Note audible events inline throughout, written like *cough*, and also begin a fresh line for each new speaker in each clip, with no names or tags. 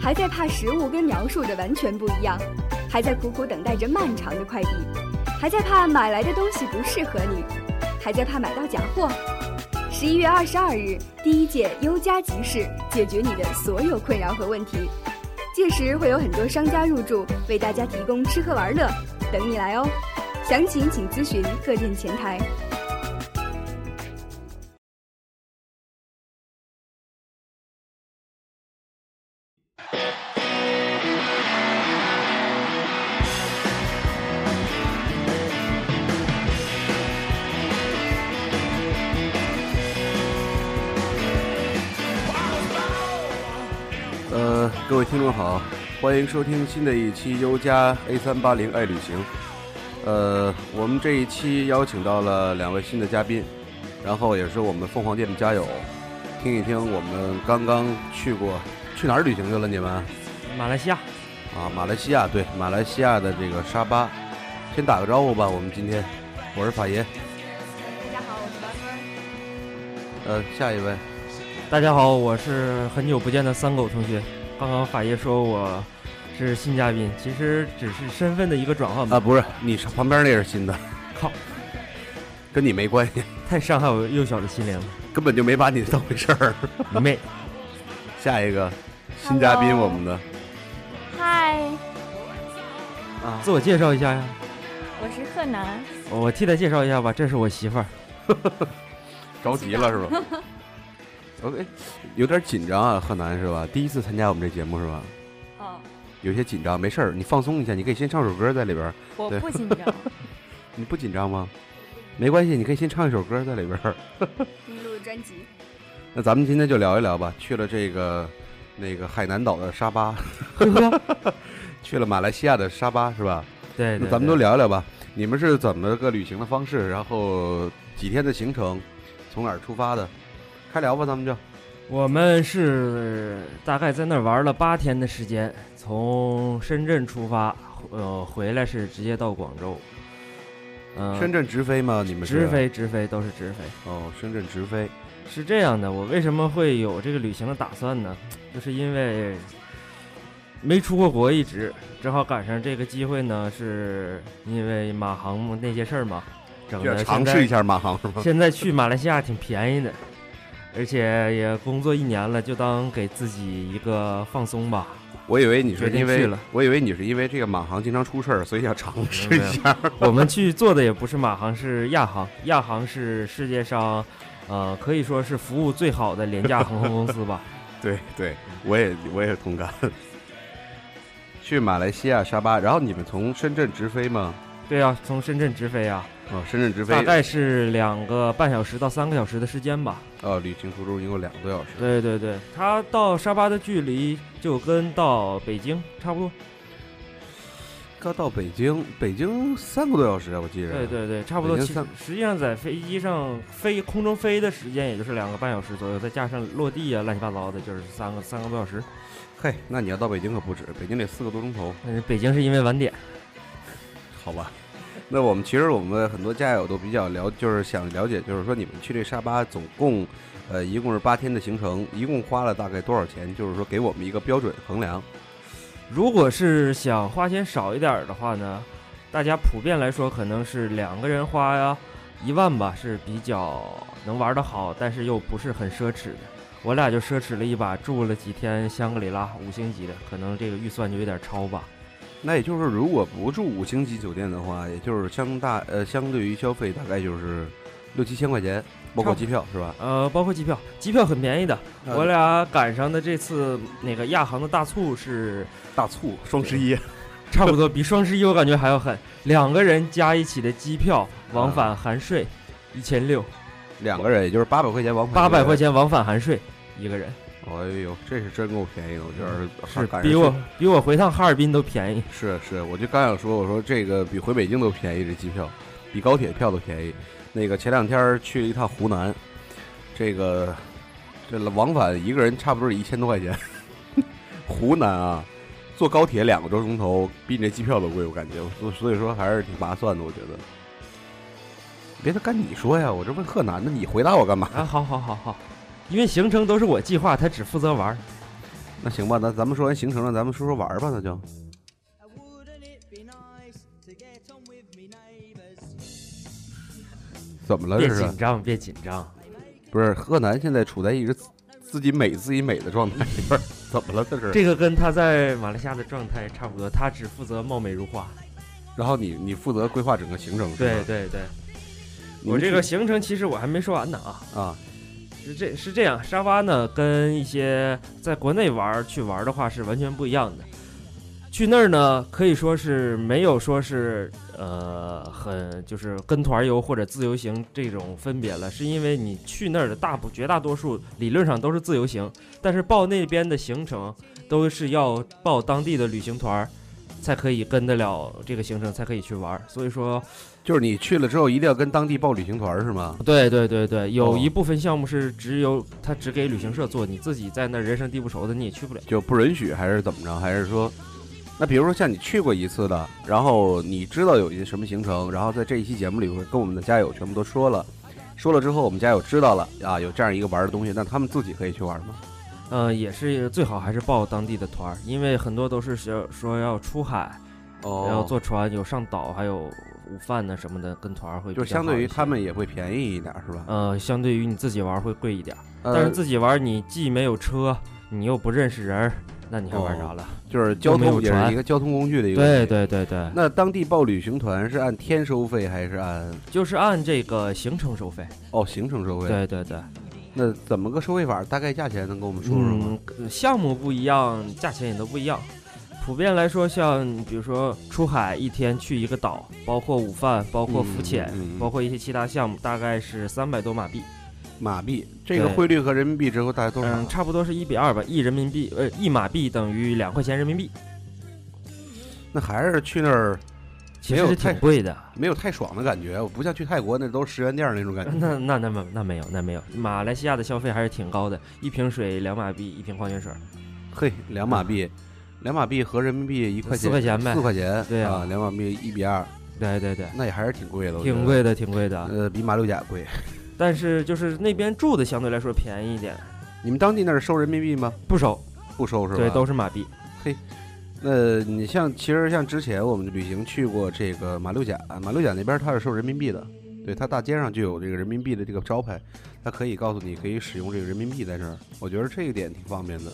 还在怕食物跟描述的完全不一样，还在苦苦等待着漫长的快递，还在怕买来的东西不适合你，还在怕买到假货。十一月二十二日，第一届优家集市解决你的所有困扰和问题，届时会有很多商家入驻，为大家提供吃喝玩乐，等你来哦。详情请咨询各店前台。
呃，各位听众好，欢迎收听新的一期优家 A 三八零爱旅行。呃，我们这一期邀请到了两位新的嘉宾，然后也是我们凤凰店的家友，听一听我们刚刚去过去哪儿旅行去了？你们
马来西亚，
啊，马来西亚对，马来西亚的这个沙巴，先打个招呼吧。我们今天，我是法爷，
大家好，我是王
呃，下一位，
大家好，我是很久不见的三狗同学。刚刚法爷说我是新嘉宾，其实只是身份的一个转换吧。
啊，不是，你是旁边那是新的，
靠，
跟你没关系，
太伤害我幼小的心灵了。
根本就没把你当回事儿。
*laughs* 你妹，
下一个新嘉宾，我们的
嗨，
啊
自我介绍一下呀。
我是贺楠。
我替他介绍一下吧，这是我媳妇儿。
着急了是
*laughs*
吧？OK，有点紧张啊，贺楠是吧？第一次参加我们这节目是吧？
哦，
有些紧张，没事儿，你放松一下，你可以先唱首歌在里边儿。
我
对
不紧张。
*laughs* 你不紧张吗？没关系，你可以先唱一首歌在里边儿。
一录专辑，
那咱们今天就聊一聊吧，去了这个那个海南岛的沙巴， *laughs* 去了马来西亚的沙巴是吧？
对
那
对，
咱们都
对
聊一聊吧，你们是怎么个旅行的方式？然后几天的行程，从哪儿出发的？开聊吧，咱们就。
我们是大概在那儿玩了八天的时间，从深圳出发，呃，回来是直接到广州。嗯、
深圳直飞吗？你们是
直飞直飞都是直飞。
哦，深圳直飞。
是这样的，我为什么会有这个旅行的打算呢？就是因为没出过国，一直正好赶上这个机会呢，是因为马航那些事儿嘛，整
就
的
是尝试一
下。
下马航是吗？
现在去马来西亚挺便宜的，而且也工作一年了，就当给自己一个放
*laughs*
松吧。
我以为你是
决定
因为
去了，
我以为你是因为这个马航经常出事儿，所以想尝试一下。
我们去坐的也不是马航，是亚航。亚航是世界上，呃，可以说是服务最好的廉价航空公司吧。
*laughs*
*laughs*
对对，我也我也同感。 *laughs* 去马来西亚沙巴，然后你们从深圳直飞吗？
对啊，从深圳直飞啊。
哦，深圳直飞
大，概是两个半小时到三个小时的时间吧。
哦，旅行途中一共两个多小时。
对对对，它到沙巴的距离就跟到北京差不多。
刚到北京，北京三个多小时啊，我记着。
对对对，差不多。
北京
其实
三
实际上在飞机上飞空中飞的时间也就是两个半小时左右，再加上落地啊乱七八糟的，就是三个三个多小时。
嘿，那你要到北京可不止，北京得四个多钟头。
但是北京是因为晚点。
好吧，那我们其实我们很多家友都比较了，就是想了解，就是说你们去这沙巴总共，呃，一共是八天的行程，一共花了大概多少钱？就是说给我们一个标准衡量。
如果是想花钱少一点儿的话呢，大家普遍来说可能是两个人花呀一万吧是比较能玩的好，但是又不是很奢侈的。我俩就奢侈了一把，住了几天香格里拉五星级的，可能这个预算就有点超吧。
那也就是如果不住五星级酒店的话，也就是相大呃，相对于消费大概就是六七千块钱，包括
差不多
机票是吧？
呃，包括机票，机票很便宜的。
呃
我俩赶上的这次那个亚航的大促是
大促双十一，
差不多比双十一我感觉还要狠，两个人加一起的机票往
啊
返含税一千六，
两个人也就是八百块钱往返
八百块
钱。
钱往返含税一个人。
哎呦，这是真够便宜的，我觉得
是
赶上
比我比我回趟哈尔滨都便宜。
是是，我就刚想说，我说这个比回北京都便宜，这机票比高铁票都便宜。那个前两天儿去了一趟湖南，这个这往返一个人差不多一千多块钱。 *laughs* 湖南啊，坐高铁两个多钟头，比你这机票都贵，我感觉，所所以说还是挺划算的，我觉得。别的干你说呀，我这问贺楠呢，你回答我干嘛？
啊，好好好好，因为行程都是我计划，他只负责玩儿。
那行吧，那咱们说完行程了，咱们说说玩儿吧，那就。怎么了
别
这是
紧？张，别紧张，
不是贺南现在处在一直自自己美自己美的状态里边儿，怎么了这是？
这个跟他在马来西亚的状态差不多，他只负责貌美如花。
然后你你负责规划整个行程是
对
吧？
对对，
你
我
们
这个行程其实我还没说完呢啊，
去啊，
是这是这样，沙发呢跟一些在国内玩儿去玩儿的话是完全不一样的。去那儿呢，可以说是没有说是呃很就是跟团游或者自由行这种分别了，是因为你去那儿的大部绝大多数理论上都是自由行，但是报那边的行程都是要报当地的旅行团儿才可以跟得了这个行程，才可以去玩儿。所以说，
就是你去了之后一定要跟当地报旅行团儿是吗？
对对对对，有
哦
一部分项目是只有他只给旅行社做，你自己在那儿人生地不熟的你也去不了。
就不允许还是怎么着？还是说，那比如说像你去过一次的，然后你知道有一些什么行程，然后在这一期节目里会跟我们的家友全部都说了，说了之后我们家友知道了啊，有这样一个玩儿的东西，那他们自己可以去玩吗？
呃，也是最好还是报当地的团儿，因为很多都是说说要出海，要
哦，
坐船，有上岛，还有午饭呢什么的，跟团儿会
就
比较
相对于
好一些
他们也会便宜一点儿是吧？
呃，相对于你自己玩儿会贵一点儿，嗯但是
呃
自己玩儿你既没有车，你又不认识人儿，那你还玩
哦
啥了？
就是交
又没
通
有
也是
船
一个交通工具的一个东
对
西。
对对对，
那当地报旅行团是按天收费还是按
就是按这个行程收费。
哦行程收费？
对对对。
那怎么个收费法？大概价钱能跟我们说说吗？
嗯，呃项目不一样，价钱也都不一样。普遍来说，像比如说出海一天去一个岛，包括午饭，包括浮潜，
嗯嗯嗯
包括一些其他项目，大概是三百多马币，
马币这个
对
汇率和人民币之后大概多少？
嗯，差不多是一比二吧，一人民币，呃，一马币等于两块钱人民币，
那还是去那儿
其
没
实
有
是
太
挺贵的。
没有太爽的感觉，我不像去泰国那都是十元店儿那种感觉。
那那那没那没有那没有，马来西亚的消费还是挺高的，一瓶水两马币，一瓶矿泉水。
*laughs* 嘿，两马币，两马币合人民币一块钱，
四块钱呗
四块钱，
对啊
啊，两马币一比二，
对对对，
那也还是挺贵的，我觉得
挺，贵的，挺贵的。
呃，比马六甲贵。
但是就是那边住的相对来说便宜一点，
你们当地那儿收人民币吗？
不收，
不收是吧？
对，都是马币。
那你像其实像之前我们旅行去过这个马六甲，马六甲那边它是收人民币的，对，它大街上就有这个人民币的这个招牌，它可以告诉你可以使用这个人民币在这儿，我觉得这一点挺方便的。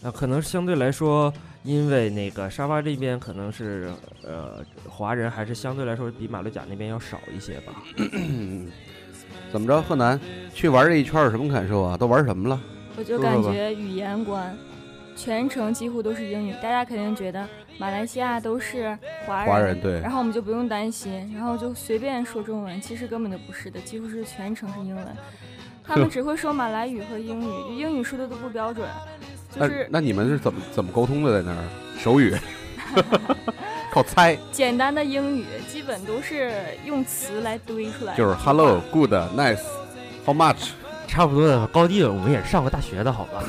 那可能相对来说，因为那个沙发这边可能是呃华人还是相对来说比马六甲那边要少一些吧。
嗯，怎么着，贺南去玩这一圈儿有什么感受啊？都玩什么了？
我就感觉语言关，全程几乎都是英语，大家肯定觉得马来西亚都是华人，
华人
*laughs*
对 *laughs*
然后我们就不用担心，然后就随便说中文，其实根本就不是的，几乎是全程是英文，他们只会说马来语和英语，就英语说的都不标
*laughs*
准，就
那
是
那你们是怎么怎么沟通的？在 *laughs* 那儿手语，靠猜，
简单的英语，基本都是用词来堆出来的，
就是 hello、good、nice、how much。
差不多的，高地我们也是上过大学的好吧？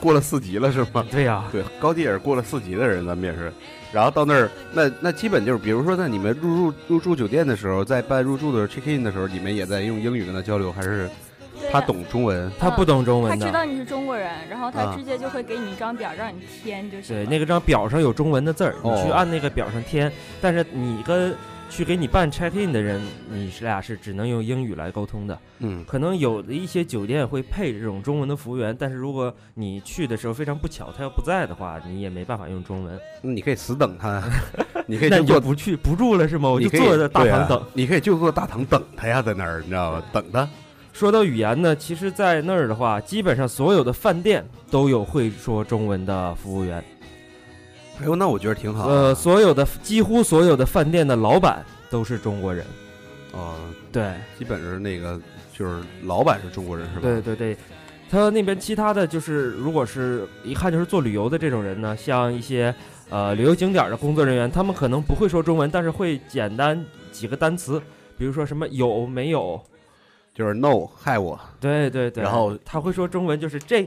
过了四级了是吗？
对呀、
嗯
对，高地也是过了四级的人，咱们也是。然后到那儿，那那基本就是，比如说，在你们入住入住酒店的时候，在办入住的 check in 的时候，你们也在用英语跟他交流，还是
对
他
呀
懂中文？
他不懂中
啊他
文
知
的。
道你是中国人，然后
啊
他直接就会给你一张表让你填就行
对，
了。
那个张表上有中文的字儿，你
哦
去按那个表上填。但是你跟去给你办 check in 的人，你是俩是只能用英语来沟通的。
嗯，
可能有的一些酒店会配这种中文的服务员，但是如果你去的时候非常不巧，他要不在的话，你也没办法用中文。
那你可以死等
*laughs*
他，你可以
那
就
你
坐，
就不去不住了是吗？我
你
就
可以
坐在大
对啊
堂等。
你可以就坐大堂等他呀，在那儿，你知道吧？等他。
说到语言呢，其实，在那儿的话，基本上所有的饭店都有会说中文的服务员，
哎呦，那我觉得挺好。
呃，所有的几乎所有的饭店的老板都是中国人。
哦，
对，
基本是那个就是老板是中国人是吧？
对对对，他那边其他的就是，如果是一看就是做旅游的这种人呢，像一些呃旅游景点儿的工作人员，他们可能不会说中文，但是会简单几个单词，比如说什么有没有，
就是 no 害我
对对对，
然后
他会说中文，就是这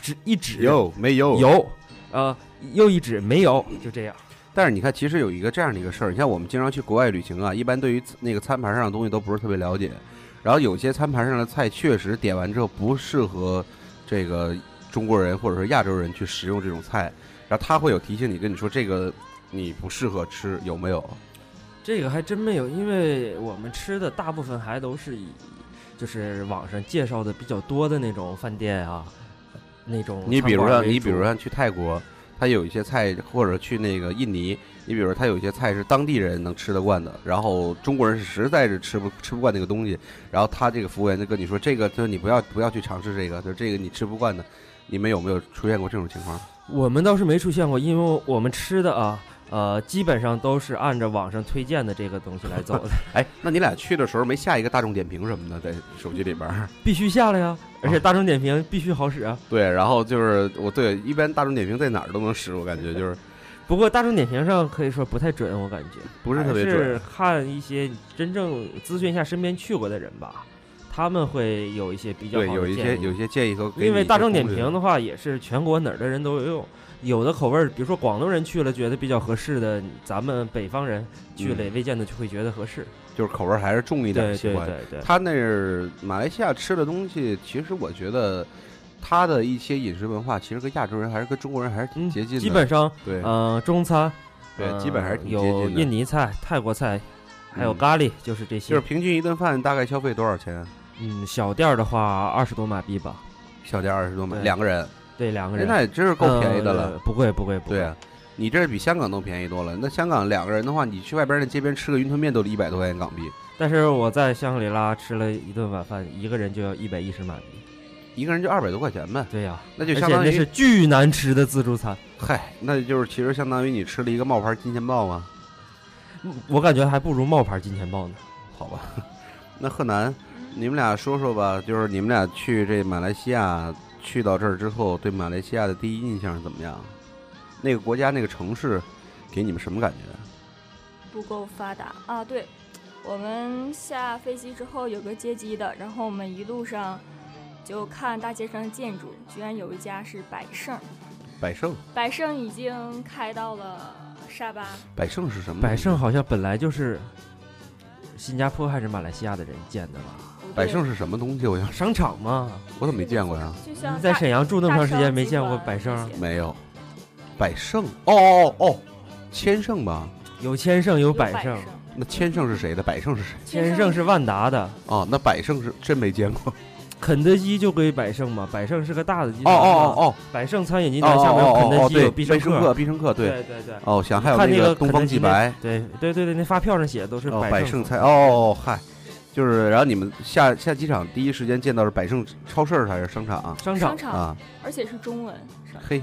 指一指
有没有
有，呃，又一指没有，就这样。
但是你看，其实有一个这样的一个事儿，你像我们经常去国外旅行啊，一般对于那个餐盘上的东西都不是特别了解，然后有些餐盘上的菜确实点完之后不适合这个中国人或者说亚洲人去食用这种菜，然后他会有提醒你跟你说这个你不适合吃，有没有？
这个还真没有，因为我们吃的大部分还都是以，就是网上介绍的比较多的那种饭店啊，那种
你比如
餐馆
像
为
你比如
主
像去泰国，它有一些菜，或者去那个印尼，你比如它有一些菜是当地人能吃得惯的，然后中国人是实在是吃不吃不惯那个东西，然后他这个服务员就跟你说这个就是你不要不要去尝试这个，就是这个你吃不惯的。你们有没有出现过这种情况？
我们倒是没出现过，因为我们吃的啊，呃，基本上都是按照网上推荐的这个东西
*laughs*
来走的，
哎，那你俩去的时候没下一个大众点评什么的在手机里边儿？ *laughs*
必须下了呀，而
啊
且大众点评必须好使啊。
对，然后就是我对一般大众点评在哪儿都能使，我感觉就是
不过大众点评上可以说不太准，我感觉
不是特别
还
准。
是看一些真正咨询一下身边去过的人吧，他们会有一些比较
对，
好
有
的
一
建
些
议。
有一些建议和给
因
你一
为
些
大众
攻
点
略
评的话，也是全国哪儿的人都有用。有的口味儿，比如说广东人去了觉得比较合适的，咱们北方人去了
嗯
也未见得就会觉得合适。
就是口味儿还是重一点
对
儿喜
对
欢。
对对，
他那儿马来西亚吃的东西，其实我觉得他的一些饮食文化，其实跟亚洲人还是跟中国人还是挺
嗯，
接近的。
基本上，
对
呃，中餐，
对，
呃
基本还是挺接
有
近的
印。尼菜、泰国菜，还有
嗯
咖喱，就是
就
这
是
些。
平均一顿饭大概消费多少钱啊？
嗯，小店儿的话，二十多马币吧，
小店二十多嘛，
对
两个人，
对，两个
哎
人，
那也真是够便宜的了。
呃不贵不贵不贵。
对啊，你这比香港都便宜多了。那香港两个人的话，你去外边儿那街边吃个云吞面都得一百多块钱港币，
但是我在香格里拉吃了一顿晚饭，一个人就要一百一十马币。
一个人就二百多块钱呗。
对呀、
那就
而
相
且
当
那
于
是巨难吃的自助餐，
嗨，那就是其实相当于你吃了一个冒牌金钱豹嘛，
嗯我感觉还不如冒牌金钱豹呢。
好吧？ *laughs* 那贺楠，你们俩说说吧，就是你们俩去这马来西亚，去到这儿之后，对马来西亚的第一印象怎么样？那个国家、那个城市，给你们什么感觉？
不够发达啊。对，我们下飞机之后有个接机的，然后我们一路上就看大街上的建筑，居然有一家是百盛，
百盛，
百盛已经开到了沙巴，
百盛是什么？
百盛，好像本来就是新加坡还是马来西亚的人建的吧？
不对
百盛是什么东西？我想，
商场嘛，
我怎么没见过呀？
就像
你在
大
沈阳住那么
大
长时
商
间没
集
见过
团
百盛
这
啊
些，
没有，百盛，哦哦哦，千盛吧？
有千盛有
有
百盛，
那千盛是谁的？百盛是谁？
千盛是万达的，
哦，那百盛是真没见过。
肯德基就归百盛嘛，百盛是个大的集
哦
团嘛。
哦哦哦，
百盛餐饮集
哦
团下面有
哦
肯
哦
德
哦
基
对，
有必胜客，
客，必胜客，对。
对对对。
哦，想还有
看
那
那
个
个
东
肯
方
德基
既
那
白，
对对对对，那发票上写的都是
哦，
百
百盛菜，哦，嗨，就是，然后你们下下机场第一时间见到是百盛超市还是商场啊？
商
商
场，
场，
啊，
而且是中文。
嘿，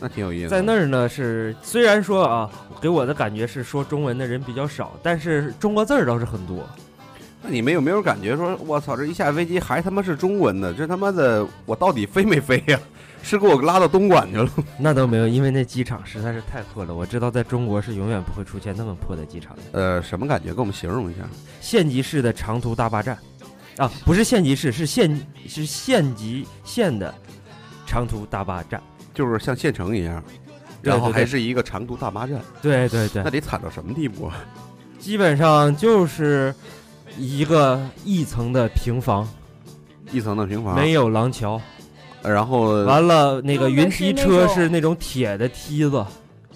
那挺有意思的。
在那儿呢是虽然说啊，给我的感觉是说中文的人比较少，但是中国字儿倒是很多。
那你们有没有感觉说，我操，这一下飞机还他妈是中文的，这他妈的我到底飞没飞呀、是给我拉到东莞去了？
那倒没有，因为那机场实在是太破了。我知道在中国是永远不会出现那么破的机场的。
呃，什么感觉？给我们形容一下。
县级市的长途大巴站，啊，不是县级市，是县是县级县的长途大巴站。
就是像县城一样，
对
然后
对
还
对
是一个长途大巴站，
对对对
那，得惨到什么地步啊？
基本上就是一个一层的平房，
一层的平房，
没有廊桥。
然后
完了，那个
用的
云
是
梯
那
车
种
是那种铁的梯子，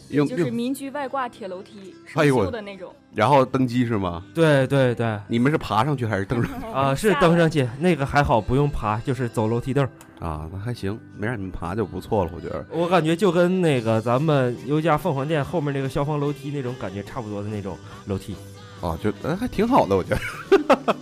用
就是
用，
民居外挂铁楼梯，是
哎呦我
锈的那种。
然后登机是吗？
对对对，
你们是爬上去还是登上？
啊，是
下
登
来
上去，那个还好，不用爬，就是走楼梯凳儿。
啊，那还行，没让你们爬就不错了，我觉得。
我感觉就跟那个咱们尤家凤凰店后面那个消防楼梯那种感觉差不多的那种楼梯。
啊，就呃还挺好的，我觉得，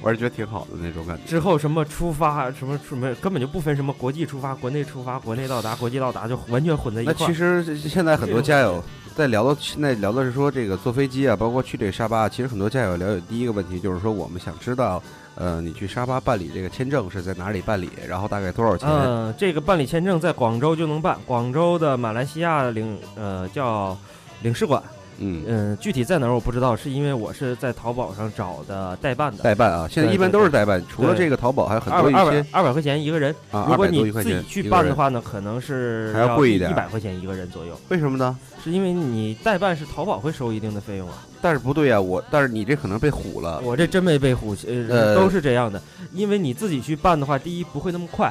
我是觉得 *laughs* 挺好的那种感觉。
之后什么出发，什么什么根本就不分什么国际出发、国内出发、国内到达、国际到达，就完全混在一
那
块
其
儿。
实这现在很多家友在聊到现在聊的是说这个坐飞机啊，包括去这沙巴，其实很多家友了解第一个问题就是说我们想知道，呃，你去沙巴办理这个签证是在哪里办理，然后大概多少钱？
嗯，这个办理签证在广州就能办，广州的马来西亚领呃叫领事馆，
嗯，
嗯，具体在哪儿我不知道，是因为我是在淘宝上找的代办的，
代办啊，现在
对
一般
对
都是
对
代办，除了
对
这个淘宝，还有很
二
多一
百二
些
百二百块钱一个人。
啊，
如
二
果
百多
你
一块
自己
钱
去
一个
办的
人，
话呢，可能是
还要贵一点
一百块钱一个人左右，
为什么呢？
是因为你代办是淘宝会收一定的费用啊。
但是不对啊，我但是你这可能被唬了，
我这真没被唬，呃，
啊呃
都是这样的，因为你自己去办的话，第一不会那么快，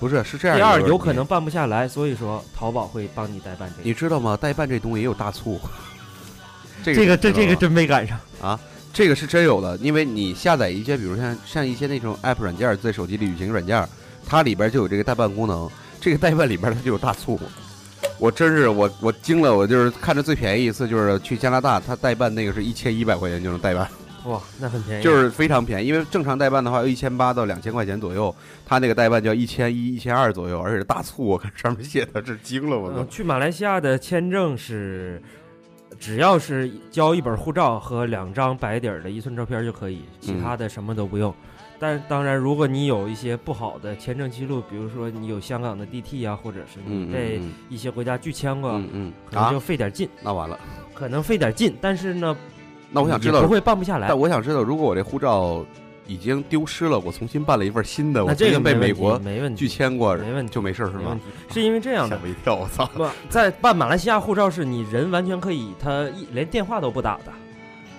不是是这样一
第
个问
二
题。
有可能办不下来，所以说淘宝会帮你代办这
你
个。
知道吗？代办这东西也有大促，这
这个
个
这这个
这
真没赶上，
这个是真有的，因为你下载一些，比如像像一些那种 app 软件儿，在手机里旅行软件儿，它里边就有这个代办功能，这个代办里边它就有大促。我真是我我惊了，我就是看着最便宜一次就是去加拿大，它代办那个是一千一百块钱就能代办，
哇，那很便宜。
就是非常便宜，因为正常代办的话要一千八到两千块钱左右，它那个代办就要一千一、一千二左右，而且是大促，我看上面写的，这惊了我都
嗯，。去马来西亚的签证是，只要是交一本护照和两张白底儿的一寸照片就可以，
嗯
其他的什么都不用。但当然，如果你有一些不好的签证记录，比如说你有香港的 DT 啊，或者是
嗯
你被
嗯
一些国家拒签过，
嗯嗯
哎
嗯
可能
啊
就，费点劲，
那完了，
可能费点劲。但是呢，
那我想知道
也不会办不下来
但。我想知道，如果我这护照已经丢失了，我重新办了一份新的，我
那这个
曾经被
没问
美
题
国
没问
拒
题，
签过，
没问题，
就没事儿是
没
吧
问？题，是因为这样
吓
的。
我一跳，我操！
不，在办马来西亚护照是你人完全可以，他一连电话都不打的。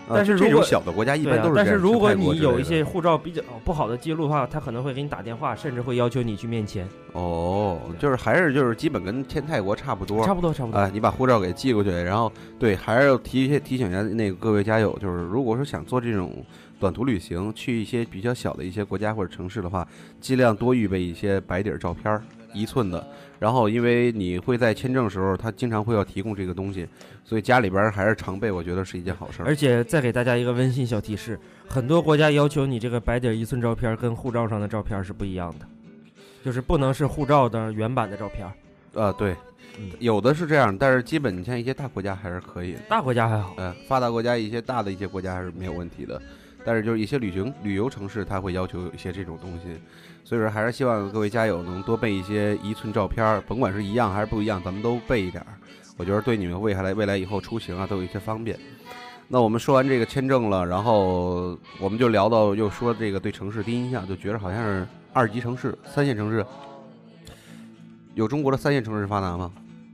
但是
啊
如
这
果
种小的国家一
对
般
啊
都是这
但
样。
是如果
泰国之
你
类
有
的
一些护照比较不好的记录的话，他可能会给你打电话，甚至会要求你去面签。
哦，就是还是就是基本跟签泰国差不多，
差不多，差不多。
哎，你把护照给寄过去，然后对，还是要提提醒一下那个各位家友，就是如果说想做这种短途旅行，去一些比较小的一些国家或者城市的话，尽量多预备一些白底儿照片儿，一寸的。然后，因为你会在签证时候，他经常会要提供这个东西，所以家里边儿还是常备，我觉得是一件好事儿。
而且再给大家一个温馨小提示，很多国家要求你这个白底儿一寸照片跟护照上的照片是不一样的，就是不能是护照的原版的照片。
啊，对
嗯，
有的是这样，但是基本你像一些大国家还是可以的。
大国家还好，
呃，发达国家一些大的一些国家还是没有问题的，但是就是一些旅行旅游城市，它会要求有一些这种东西，所以说还是希望各位家友能多备一些一寸照片儿，甭管是一样还是不一样，咱们都备一点儿，我觉得对你们未来未来以后出行啊都有一些方便。那我们说完这个签证了，然后我们就聊到又说这个对城市第一印象，就觉得好像是二级城市、三线城市，有中国的三线城市发达吗？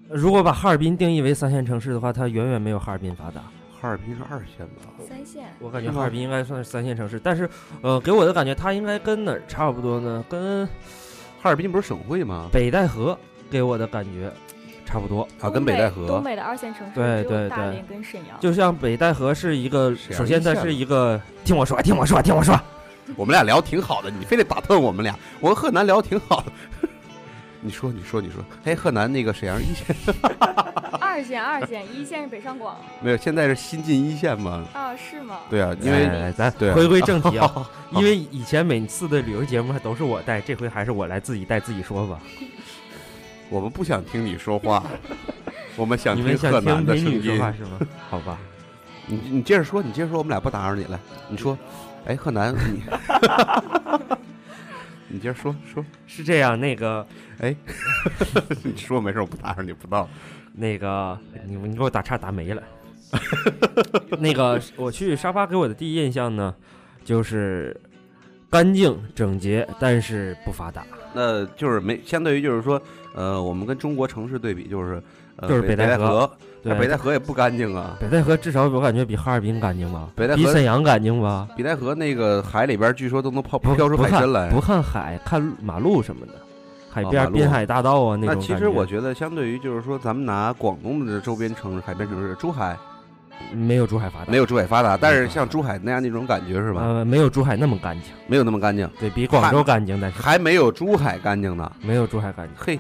如果把哈尔滨定义为三线城市的话，它远远没有哈尔滨发达。
哈尔滨是二线吧？
三线
我感觉
是吗
哈尔滨应该算是三线城市，但是，呃，给我的感觉它应该跟哪儿差不多呢？跟
哈尔滨不是省会吗？
北戴河给我的感觉差不多。
啊，
东
跟北戴河。
东北的二线城市
对
只有
对
大
对
连跟沈阳，
就像北戴河是一个，
沈阳
首先它
一线
是
嘛
一个，听我说，啊听我说，听我说，
我们俩聊挺好的，你非得打断我们俩。我和贺南聊挺好的， *laughs* 你说，你说，你说。哎，贺南那个沈阳一线
二线二线，一线是北上广
没有，现在是新进一线嘛？
啊，是吗？
对啊，因为
哎咱
对啊
回归正
*laughs*
题啊，
好
*laughs* 因为以前每次的旅游节目还都是我带，这回还是我来自己带自己说吧。
我们不想听你说话，我们想
你们
听
想
贺
听
南的
美
声
女说
音
话。是
*laughs*
吗？好吧，
你你接着说，你接着说，我们俩不打扰你了。你说，哎，贺南，你， *laughs* 你接着说说， *laughs*
是这样，那个
你说没事，我不打扰你，不闹。
那个，你你给我打岔打没了。那个，我去沙巴给我的第一印象呢，就是干净整洁，但是不发达。
那就是没，相对于就是说，呃，我们跟中国城市对比，就是呃，
就是
北
北戴
戴
河
河，
对，
那哎北戴河也不干净啊。
北戴河至少我感觉比哈尔滨干净吧，
北戴河
比沈阳干净吧，
北戴河那个海里边，据说都能泡
不
飘出
不
海
看
参来
不。看海，看马路什么的，海边、
哎哦马路
滨海大道啊那
那
种感觉。
其实我觉得，相对于就是说，咱们拿广东的周边城市、海边城市，珠海
没有珠海发达，
没有珠海发达，但是
嗯
像珠海那样那种感觉是吧？
呃没有珠海那么干净，
没有那么干净，
对比广州干净，但是
还没有珠海干净呢。
没有珠海干净。
嘿，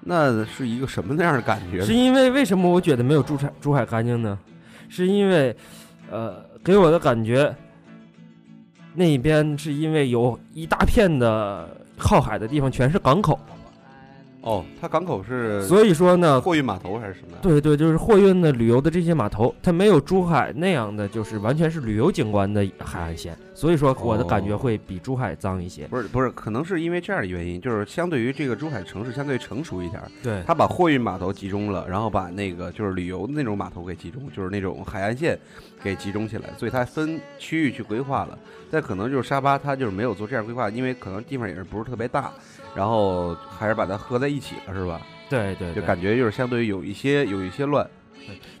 那是一个什么样的感觉
是？因为为什么我觉得没有珠海珠海干净呢？是因为，呃，给我的感觉，那边是因为有一大片的靠海的地方全是港口，
哦，它港口是
所以说呢，
货运码头还是什么呀？
对对，就是货运的、旅游的这些码头，它没有珠海那样的，就是完全是旅游景观的海岸线，所以说我的感觉
哦
会比珠海脏一些。
不是不是，可能是因为这样的原因，就是相对于这个珠海城市相对成熟一点儿，
对，
他把货运码头集中了，然后把那个就是旅游的那种码头给集中，就是那种海岸线给集中起来，所以它分区域去规划了。但可能就是沙巴，它就是没有做这样规划，因为可能地方也是不是特别大，然后还是把它合在一起了，是吧？
对对
就
对。
感觉就是相对于有一些有一些乱。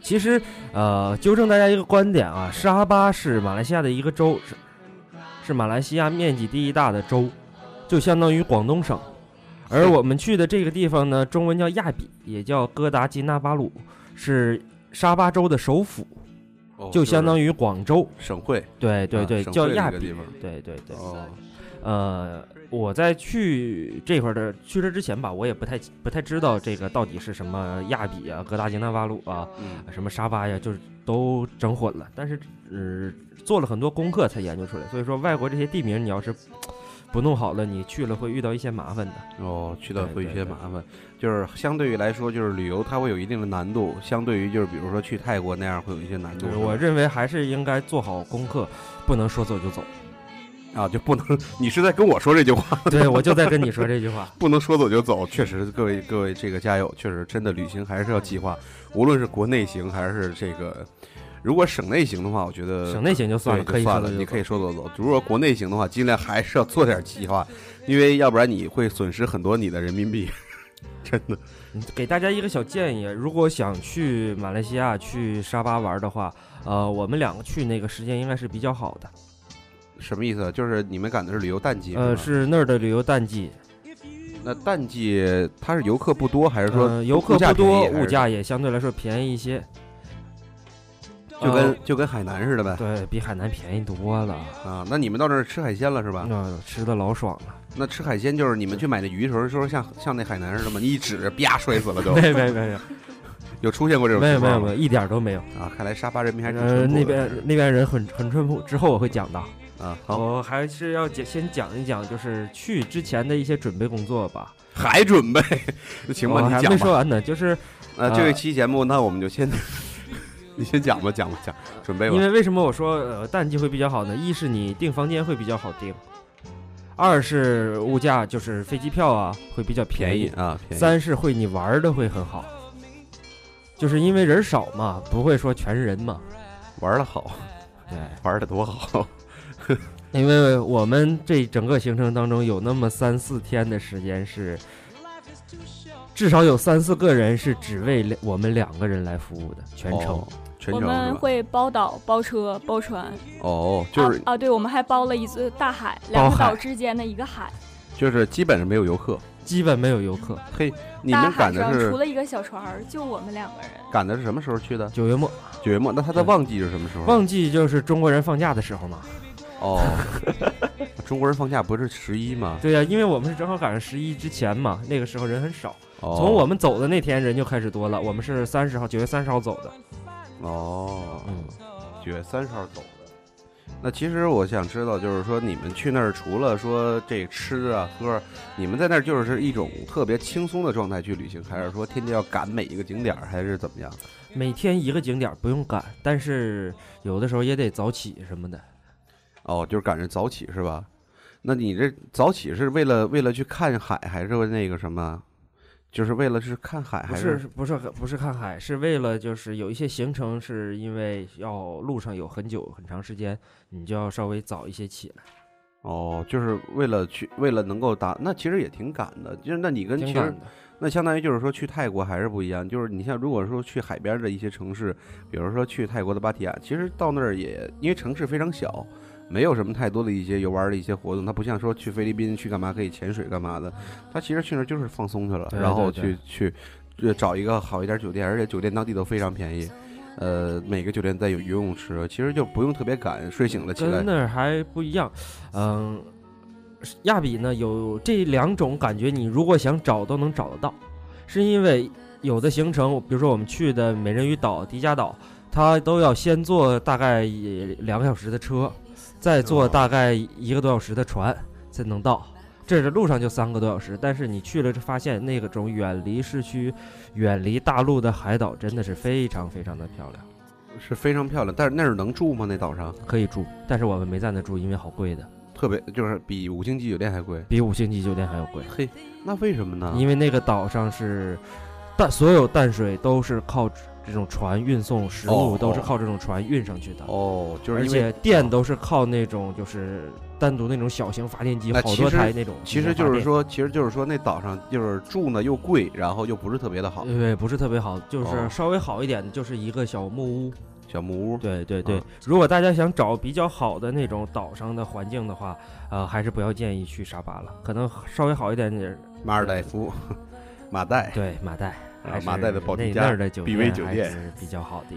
其实，呃，纠正大家一个观点啊，沙巴是马来西亚的一个州，是是马来西亚面积第一大的州，就相当于广东省。而我们去的这个地方呢，中文叫亚比，也叫哥达吉纳巴鲁，是沙巴州的首府，
哦
就相当
于
于广州。
省会，
对对
啊
对，
省
叫
会
亚
那个
比
地方。
对对对，
哦，
呃，我在去这块儿的去这之前吧，我也不太不太知道这个到底是什么亚比啊、哥达吉纳巴鲁啊、
嗯，
什么沙巴呀，就是都整混了。但是，呃，做了很多功课才研究出来。所以说，外国这些地名你要是不弄好了，你去了会遇到一些麻烦的。
哦，去到
对
会有
对
些
对
麻烦，就是相对于来说，就是旅游它会有一定的难度，相对于就是比如说去泰国那样会有一些难度。
就是
是
我
吧
认为还是应该做好功课，不能说走就走。
啊就不能，你是在跟我说这句话，
对我就在跟你说这
*laughs*
句话。
不能说走就走。确实，各位各位这个加油，确实真的旅行还是要计划，无论是国内行还是这个，如果省内行的话，我觉得
省内行就算了，
对
可以
就算
说
了，
走就
你可以
走
说走走。如果国内行的话，尽量还是要做点计划，因为要不然你会损失很多你的人民币。 *laughs* 真的，
给大家一个小建议，如果想去马来西亚、去沙巴玩的话，呃，我们两个去那个时间应该是比较好的，
什么意思啊？就是你们赶的是旅游淡季，
呃，
吧。
是那儿的旅游淡季，
那淡季它是游客不多，还是说
呃，游客
物价
不多，
便宜还是
物价也相对来说便宜一些，
就跟、
呃
就跟海南似的呗？
对比海南便宜多了，
啊，那你们到那儿吃海鲜了是吧？
那、吃的老爽了，
那吃海鲜就是你们去买那鱼的时候，说像像那海南似的吗？你一指，啪摔死了就，
没有没有没有
有出现过这种
没有
情
没有
况
没
吗
有一点儿都没有，
啊？看来沙巴人民还挺
呃，
淳朴的
那边那边人很很淳朴，之后我会讲的。
啊，好，
我还是要讲先讲一讲，就是去之前的一些准备工作吧。
还准备，行
我
吧，
哦还
你讲
没
吧
说。完呢，就是
呃，
呃
这一期节目，那我们就先， *laughs* 你先讲吧，讲吧，讲，准备吧
因。为为什么我说呃淡季会比较好呢？一是你订房间会比较好订，二是物价就是飞机票啊会比较便
便宜
宜，
啊，便宜。
三是会你玩的会很好，就是因为人少嘛，不会说全是人嘛。
玩的好，
对，
玩的多好。
因为我们这整个行程当中有那么三四天的时间是，至少有三四个人是只为两我们两个人来服务的全程。
哦，全
我
程是
们
吧？
会包岛、包车、包船，
哦，就是
啊啊，对，我们还包了一次大海，
包
两个
海
岛之间的一个海。
就是基本上没有游客。
基本没有游客。
嘿，你
大
们
海
赶的
上除
是
了一个小船儿，就我们两个人。
赶的是什么时候去的？
九月末
九月末，那他的
对
旺季是什么时候？
旺季就是中国人放假的时候嘛。
哦， *laughs* 中国人放假不是十一吗？
对呀、因为我们是正好赶上十一之前嘛，那个时候人很少。
哦，
从我们走的那天人就开始多了。我们是三十号，九月三十号走的。
哦，
嗯，
九月三十号走的。那其实我想知道，就是说你们去那儿，除了说这吃啊喝啊，你们在那儿就是一种特别轻松的状态去旅行，还是说天天要赶每一个景点儿，还是怎么样？
每天一个景点儿不用赶，但是有的时候也得早起什么的。
哦，就是赶着早起是吧？那你这早起是为了为了去看海，还是为那个什么？就是为了是看海，
不
还
是不是不是看海，是为了就是有一些行程是因为要路上有很久很长时间，你就要稍微早一些起来。
哦，就是为了去，为了能够达，那其实也挺赶的。就是那你跟其
挺
实
赶的，
那相当于就是说去泰国还是不一样。就是你像如果说去海边的一些城市，比如说去泰国的芭提雅，其实到那儿也因为城市非常小，没有什么太多的一些游玩的一些活动。它不像说去菲律宾去干嘛可以潜水干嘛的，它其实去那儿就是放松去了，
对
然后
对
去去呃找一个好一点酒店，而且酒店当地都非常便宜。呃，每个酒店带有游泳池，其实就不用特别赶，睡醒了起来
跟那儿还不一样。嗯，亚比呢有这两种感觉，你如果想找都能找得到，是因为有的行程，比如说我们去的美人鱼岛、迪迦岛，它都要先坐大概也两个小时的车，再坐
哦
大概一个多小时的船才能到。这是路上就三个多小时，但是你去了就发现那个种远离市区、远离大陆的海岛真的是非常非常的漂亮，
是非常漂亮。但是那儿能住吗？那岛上？
可以住。但是我们没在那住，因为好贵的。
特别就是比五星级酒店还贵。
比五星级酒店还要贵，
嘿，那为什么呢？
因为那个岛上是淡，所有淡水都是靠这种船运送食
哦
物，都是
哦
靠这种船运上去的。
哦，就是
而
因
且
为
电都是靠那种就是单独那种小型发电机，
那
好
其
多
实
台那种。
其实就是，说，其实就是说，那岛上就是住呢又贵，然后又不是特别的好，
对，不是特别好，就
哦
是稍微好一点的，就是一个小木屋。
小木屋。
对对对
嗯，
如果大家想找比较好的那种岛上的环境的话，呃，还是不要建议去沙巴了，可能稍微好一点的
马尔代夫、 *laughs* 马代，
对马代，还是
啊马代的保迪
那那
加
儿的酒
比
店
威酒
还
店
是比较好的。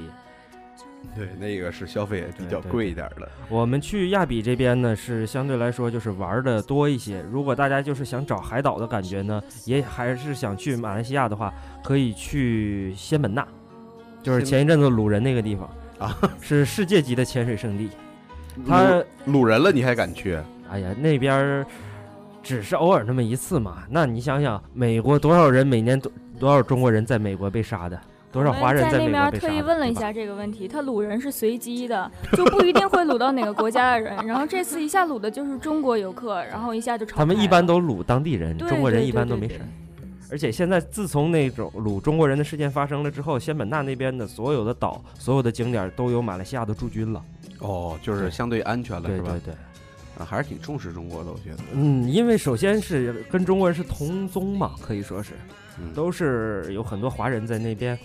对，那个是消费也比较
对对
贵一点的。
我们去亚比这边呢，是相对来说就是玩的多一些。如果大家就是想找海岛的感觉呢，也还是想去马来西亚的话，可以去仙本那，就是前一阵子鲁人那个地方
啊，
是世界级的潜水圣地。它
掳人了，你还敢去？
哎呀，那边儿只是偶尔那么一次嘛。那你想想，美国多少人每年多多少中国人在美国被杀的，多少华人
我们在
美
那
国
边
被杀
特
的？
意问了一
对吧，
下这个问题，他掳人是随机的，就不一定会掳到哪个国家的人。然后这次一下掳的就是中国游客，然后一下就炒
他们
开
一般
了
都掳当地人，
对
中国人
对
一
对
般都
对
没
对
事儿。而且现在，自从那种掳中国人的事件发生了之后，仙本那那边的所有的岛、所有的景点儿都有马来西亚的驻军了。
哦，就是相对安全了，
对
是吧
对？对，
啊，还是挺重视中国的，我觉得。
嗯，因为首先是跟中国人是同宗嘛，可以说是，
嗯
都是有很多华人在那边，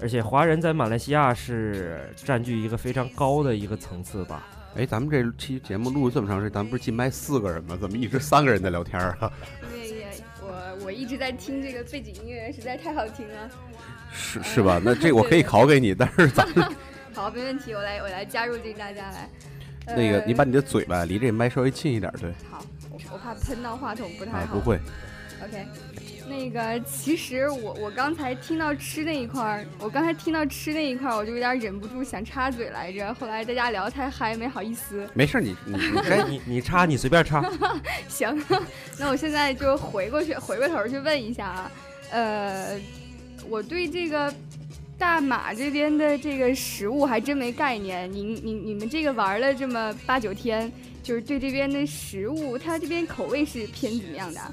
而且华人在马来西亚是占据一个非常高的一个层次吧。
*laughs* 哎，咱们这期节目录了这么长时间，咱们不是进麦四个人吗？怎么一直三个人在聊天啊？
因为我我一直在听这个背景音乐，实在太好听了。
是是吧？那这我
*laughs*
可以考给你，但是咱们
好，没问题，我来我来加入进大家来。呃
那个，你把你的嘴巴离这麦稍微近一点，对
好，我我怕喷到话筒不太
啊，
好。
不会，
OK，那个其实我我刚才听到吃那一块儿，我刚才听到吃那一块儿，我就有点忍不住想插嘴来着。后来大家聊太嗨，没好意思。
没事儿，你你你该
*laughs*
哎，你你插你随
*laughs*
便插，
行， *laughs* 那我现在就回过去，回过头去问一下啊，呃，我对这个大马这边的这个食物还真没概念。您您你们这个玩了这么八九天，就是对这边的食物，它这边口味是偏怎么样的啊？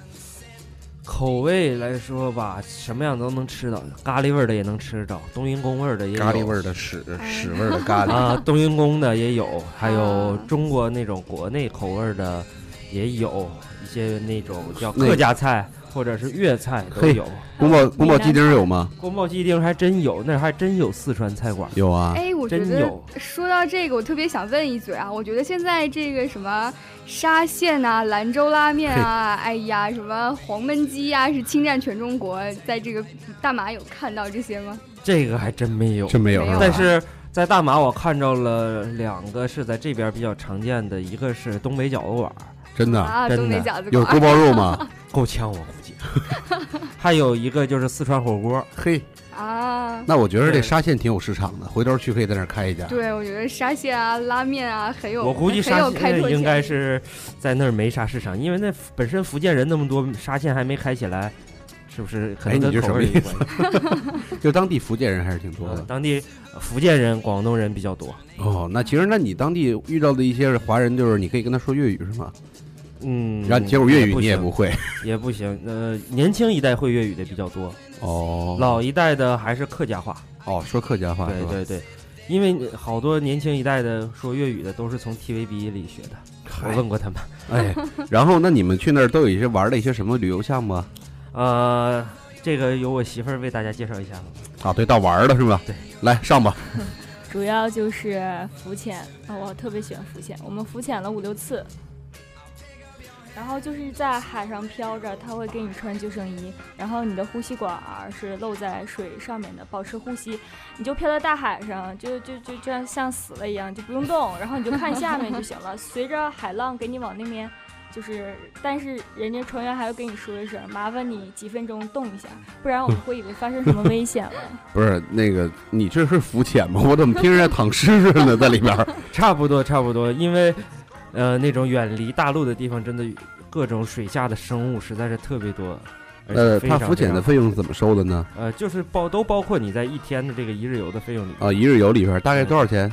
口味来说吧，什么样都能吃到，咖喱味儿的也能吃到，冬阴功味儿的也有，
咖喱味儿的屎
哎
屎味儿的 *laughs* 咖喱，
啊，冬阴功的也有，还有
啊
中国那种国内口味儿的也有，一些那种叫
那
客家菜或者是粤菜都
嘿
有。
宫保宫保鸡丁儿有吗？
宫保鸡丁还真有，那还真有四川菜馆儿。
有啊，
哎，我觉
真
得
有
说到这个，我特别想问一嘴啊，我觉得现在这个什么沙县呐、兰州拉面啊，哎呀，什么黄焖鸡啊，是侵占全中国，在这个大马有看到这些吗？
这个还真没有。
真没有啊
没有
吧
但是在大马，我看着了两个是在这边比较常见的，一个是东北饺子馆儿，
真的
啊，
真
东北
的
饺子
有
馆
锅
*laughs*
包肉吗？
够呛我估计。 *laughs* 还有一个就是四川火锅，
嘿，
啊。
那我觉得这
对
沙县挺有市场的，回头去可以在那儿开一家。
对，我觉得沙县啊、拉面啊，很有
我估计
很
沙
有开拓
县应
潜
该
力
是在那儿没啥市场，因为那本身福建人那么多，沙县还没开起来，是不是？可
哎
能
你
跟
这
口味
什么
有
意
关
*laughs*
系。
就当地福建人还是挺多
嗯
的。
当地呃福建人、广东人比较多。
嗯
哦，那其实那你当地遇到的一些华人，就是你可以跟他说粤语是吗？
嗯，
然后结果粤语
不
你也
行
*laughs*
不会。
也不行。呃，年轻一代会粤语的比较多，
哦，
老一代的还是客家话。
哦，说客家话是
对
吧？
对对，因为好多年轻一代的说粤语的都是从 TVB 里学的。我
嗨
问过他们，
哎，然后那你们去那儿都有一些玩了一些什么旅游项目啊？
呃，这个由我媳妇儿为大家介绍一下吧。
啊，对，到玩儿了是吧？
对，
来上吧。
主要就是浮潜，啊，我特别喜欢浮潜，我们浮潜了五六次。然后就是在海上漂着，他会给你穿救生衣，然后你的呼吸管儿是露在水上面的，保持呼吸，你就漂在大海上，就就就就像像死了一样，就不用动，然后你就看下面就行了。 *laughs* 随着海浪给你往那边，就是，但是人家船员还要跟你说一声，麻烦你几分钟动一下，不然我们会以为发生什么危险了。
不是那个，你这是浮潜吗？我怎么听着像躺尸似的在里
*laughs*
边儿？
差不多，差不多，因为，呃，那种远离大陆的地方，真的各种水下的生物实在是特别多。而且
呃，
哎非
他
常
浮潜的
非
费用是怎么收的呢？
常呃，就是包都包括你在一天的这个一日游的费用里。
啊，一日游里边儿
哎
大概多少钱？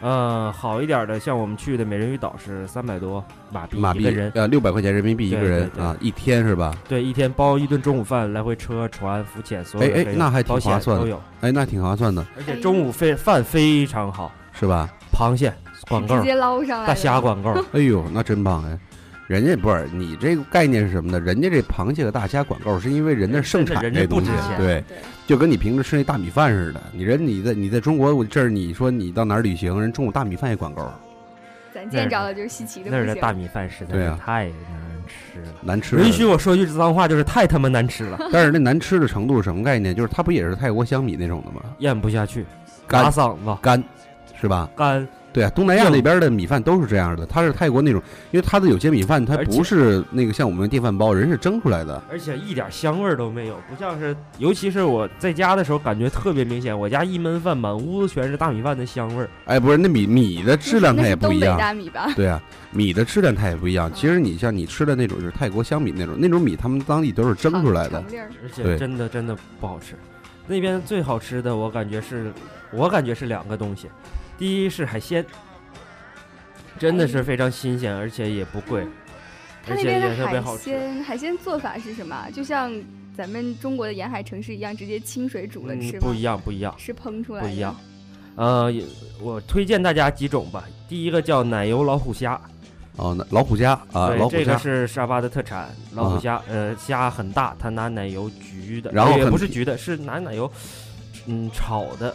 呃，好一点的，像我们去的美人鱼岛是三百多马币
马
一
币
个人，
呃六百块钱人民币一个
对
人
对对
啊，一天是吧？
对，一天包一顿中午饭，来回车、船、浮潜，所有的
哎哎
费用
那还挺
保险
划算的
都有，
哎，那挺划算的，
而且中午费饭非常好，
是吧？
螃蟹管够
直，接捞上来
大虾
了 *laughs*
管够，
哎呦，那真棒哎！人家不是你这个概念是什么呢？人家这螃蟹和大虾管够，是因为人那儿盛产
哎人家
这东西
啊
不值，钱
对，
对。
就跟你平时吃那大米饭似的。你人你在你在中国，我这儿你说你到哪儿旅行，人中午大米饭也管够。
咱见着了就是稀奇的
那儿
不
的
行。
大米饭实在
对
是
啊
太让人吃了。
难吃的。
允许我说句脏话，就是太他妈难吃
*laughs*
了，
但是那难吃的程度是什么概念？就是它不也是泰国香米那种的吗？
咽不下去，
干
嘎嗓子，
干，是吧？
干。
对啊，东南亚那边的米饭都是这样的，它是泰国那种，因为它的有些米饭它
而且
不是那个像我们电饭煲，人是蒸出来的。
而且一点香味儿都没有，不像是，尤其是我在家的时候，感觉特别明显。我家一焖饭，满屋子全是大米饭的香味儿。
哎，不是，那米米的质量它也不一
那是东
样
北。大米吧？
对啊，米的质量它也不一样。其实你像你吃的那种，就是泰国香米那种，那种米他们当地都是蒸出来的
长。粒儿
而且
对
真的真的不好吃。那边最好吃的，我感觉是，我感觉是两个东西，第一是海鲜，真的是非常新鲜，而且也不贵，
哦它那
而且
边
也
的
特别
海
好吃。
鲜，海鲜做法是什么？就像咱们中国的沿海城市一样，直接清水煮了
嗯
吃，吗
不？一样，不一样，
是烹出来
不
的。
一样。呃，也我推荐大家几种吧。第一个叫奶油老虎虾，
哦，那老虎虾啊，
对
老虎
这个
虾，
是沙巴的特产，老
啊
虎虾。呃，虾很大，它拿奶油焗的，呃
然后
也
很
不是焗的，是拿奶油嗯炒的。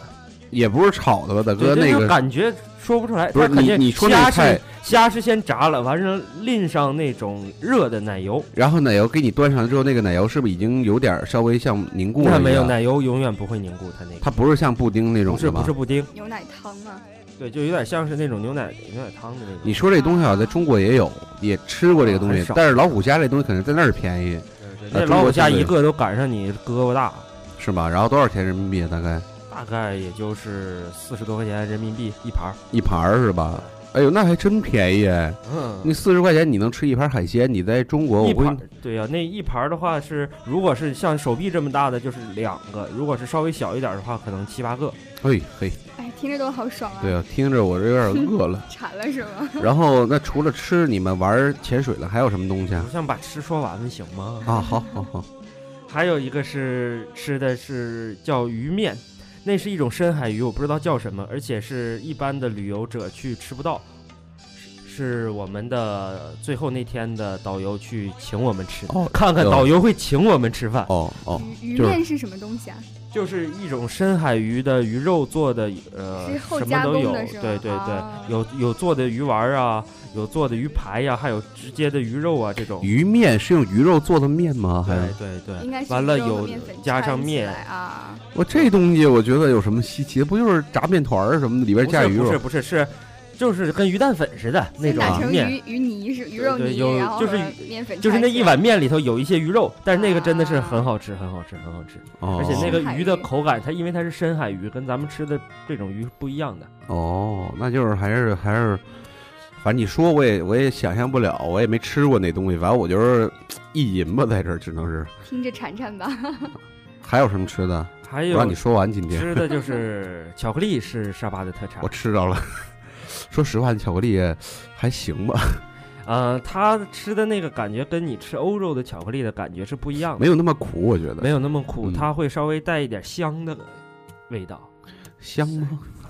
也不是炒的吧，大哥？那
对这就
个
感觉说不出来，
不是
它感
你
觉
你说那
虾
个菜
是，虾是先炸了，完了淋上那种热的奶油，
然后奶油给你端上来之后，那个奶油是不是已经有点稍微像凝固了
它
一
没有
样？
奶油永远不会凝固，它那个
它不是像布丁那种
不是
的
不
吗
是？布丁，
牛奶汤啊，
对，就有点像是那种牛奶牛奶汤的那种。
你说这东西啊，在中国也有，也吃过这个东
很
西
少，
但是老虎虾这东西可能在那儿便宜，
对对
啊
那
中
老
国
虎虾
是
一个都赶上你胳膊大，
是吧？然后多少钱人民币啊？大概
大概也就是四十多块钱人民币一盘儿。
一盘儿是吧？哎呦，那还真便宜哎！
嗯
那，四十块钱你能吃一盘海鲜，你在中国我
一
估
盘儿
计
对呀、那一盘儿的话是，如果是像手臂这么大的就是两个，如果是稍微小一点儿的话，可能七八个。
嘿嘿，
哎，听着都好爽啊！
对啊，听着我这有点饿
*laughs*
了。
馋了是吗？
然后那除了吃，你们玩潜水了，还有什么东西啊
我？想把吃说完了，行吗？
啊，好好好，
还有一个是吃的是叫鱼面，那是一种深海鱼，我不知道叫什么，而且是一般的旅游者去吃不到，是是我们的最后那天的导游去请我们吃的。
哦
看看
有
导游会请我们吃饭，
哦哦，
鱼鱼
就是
面是什么东西啊？
就是一种深海鱼的鱼肉做的，呃
是，后
什么
加
都
工
有，
的是吗
对对对
哦，
有有做的鱼丸啊，有做的鱼排呀、还有直接的鱼肉啊这种。
鱼面是用鱼肉做的面吗？还
对
是
对对，
应该是
嗯完了
肉和
有
面粉
加
掺
上
起
面
来啊，
我这东西我觉得有什么稀奇的？不就是炸面团儿什么的，里边
不
加
是
鱼
不是
肉？
不是是，就是跟鱼蛋粉似的那
先
种
打
鱼
成
面，
鱼鱼泥是鱼肉
对
泥，
有
然后
就是
和
鱼
面粉
就是
掺
那
起
一
来
碗面里头有一些鱼肉，但是那个真的是很好吃，很好吃，很好吃。
哦
而且那
深
个
海
鱼的
鱼
口感，它因为它是深海鱼，跟咱们吃的这种鱼不一样的。
哦，那就是还是还是，反正你说我也我也想象不了，我也没吃过那东西，反正我就是意淫吧，在这儿只能是。
听着馋馋吧。
还有什么吃的？
还
我让
有
你说完今天，
吃的哎就是 *laughs* 巧克力，是沙巴的特产
我。吃着了。 *laughs* 说实话，巧克力还行
*laughs*
吧，
呃，它吃的那个感觉跟你吃欧洲的巧克力的感觉是不一样的，
没有那么苦，我觉
没
得。
有那么苦，
嗯
它会稍微带一点香的味道，
香吗？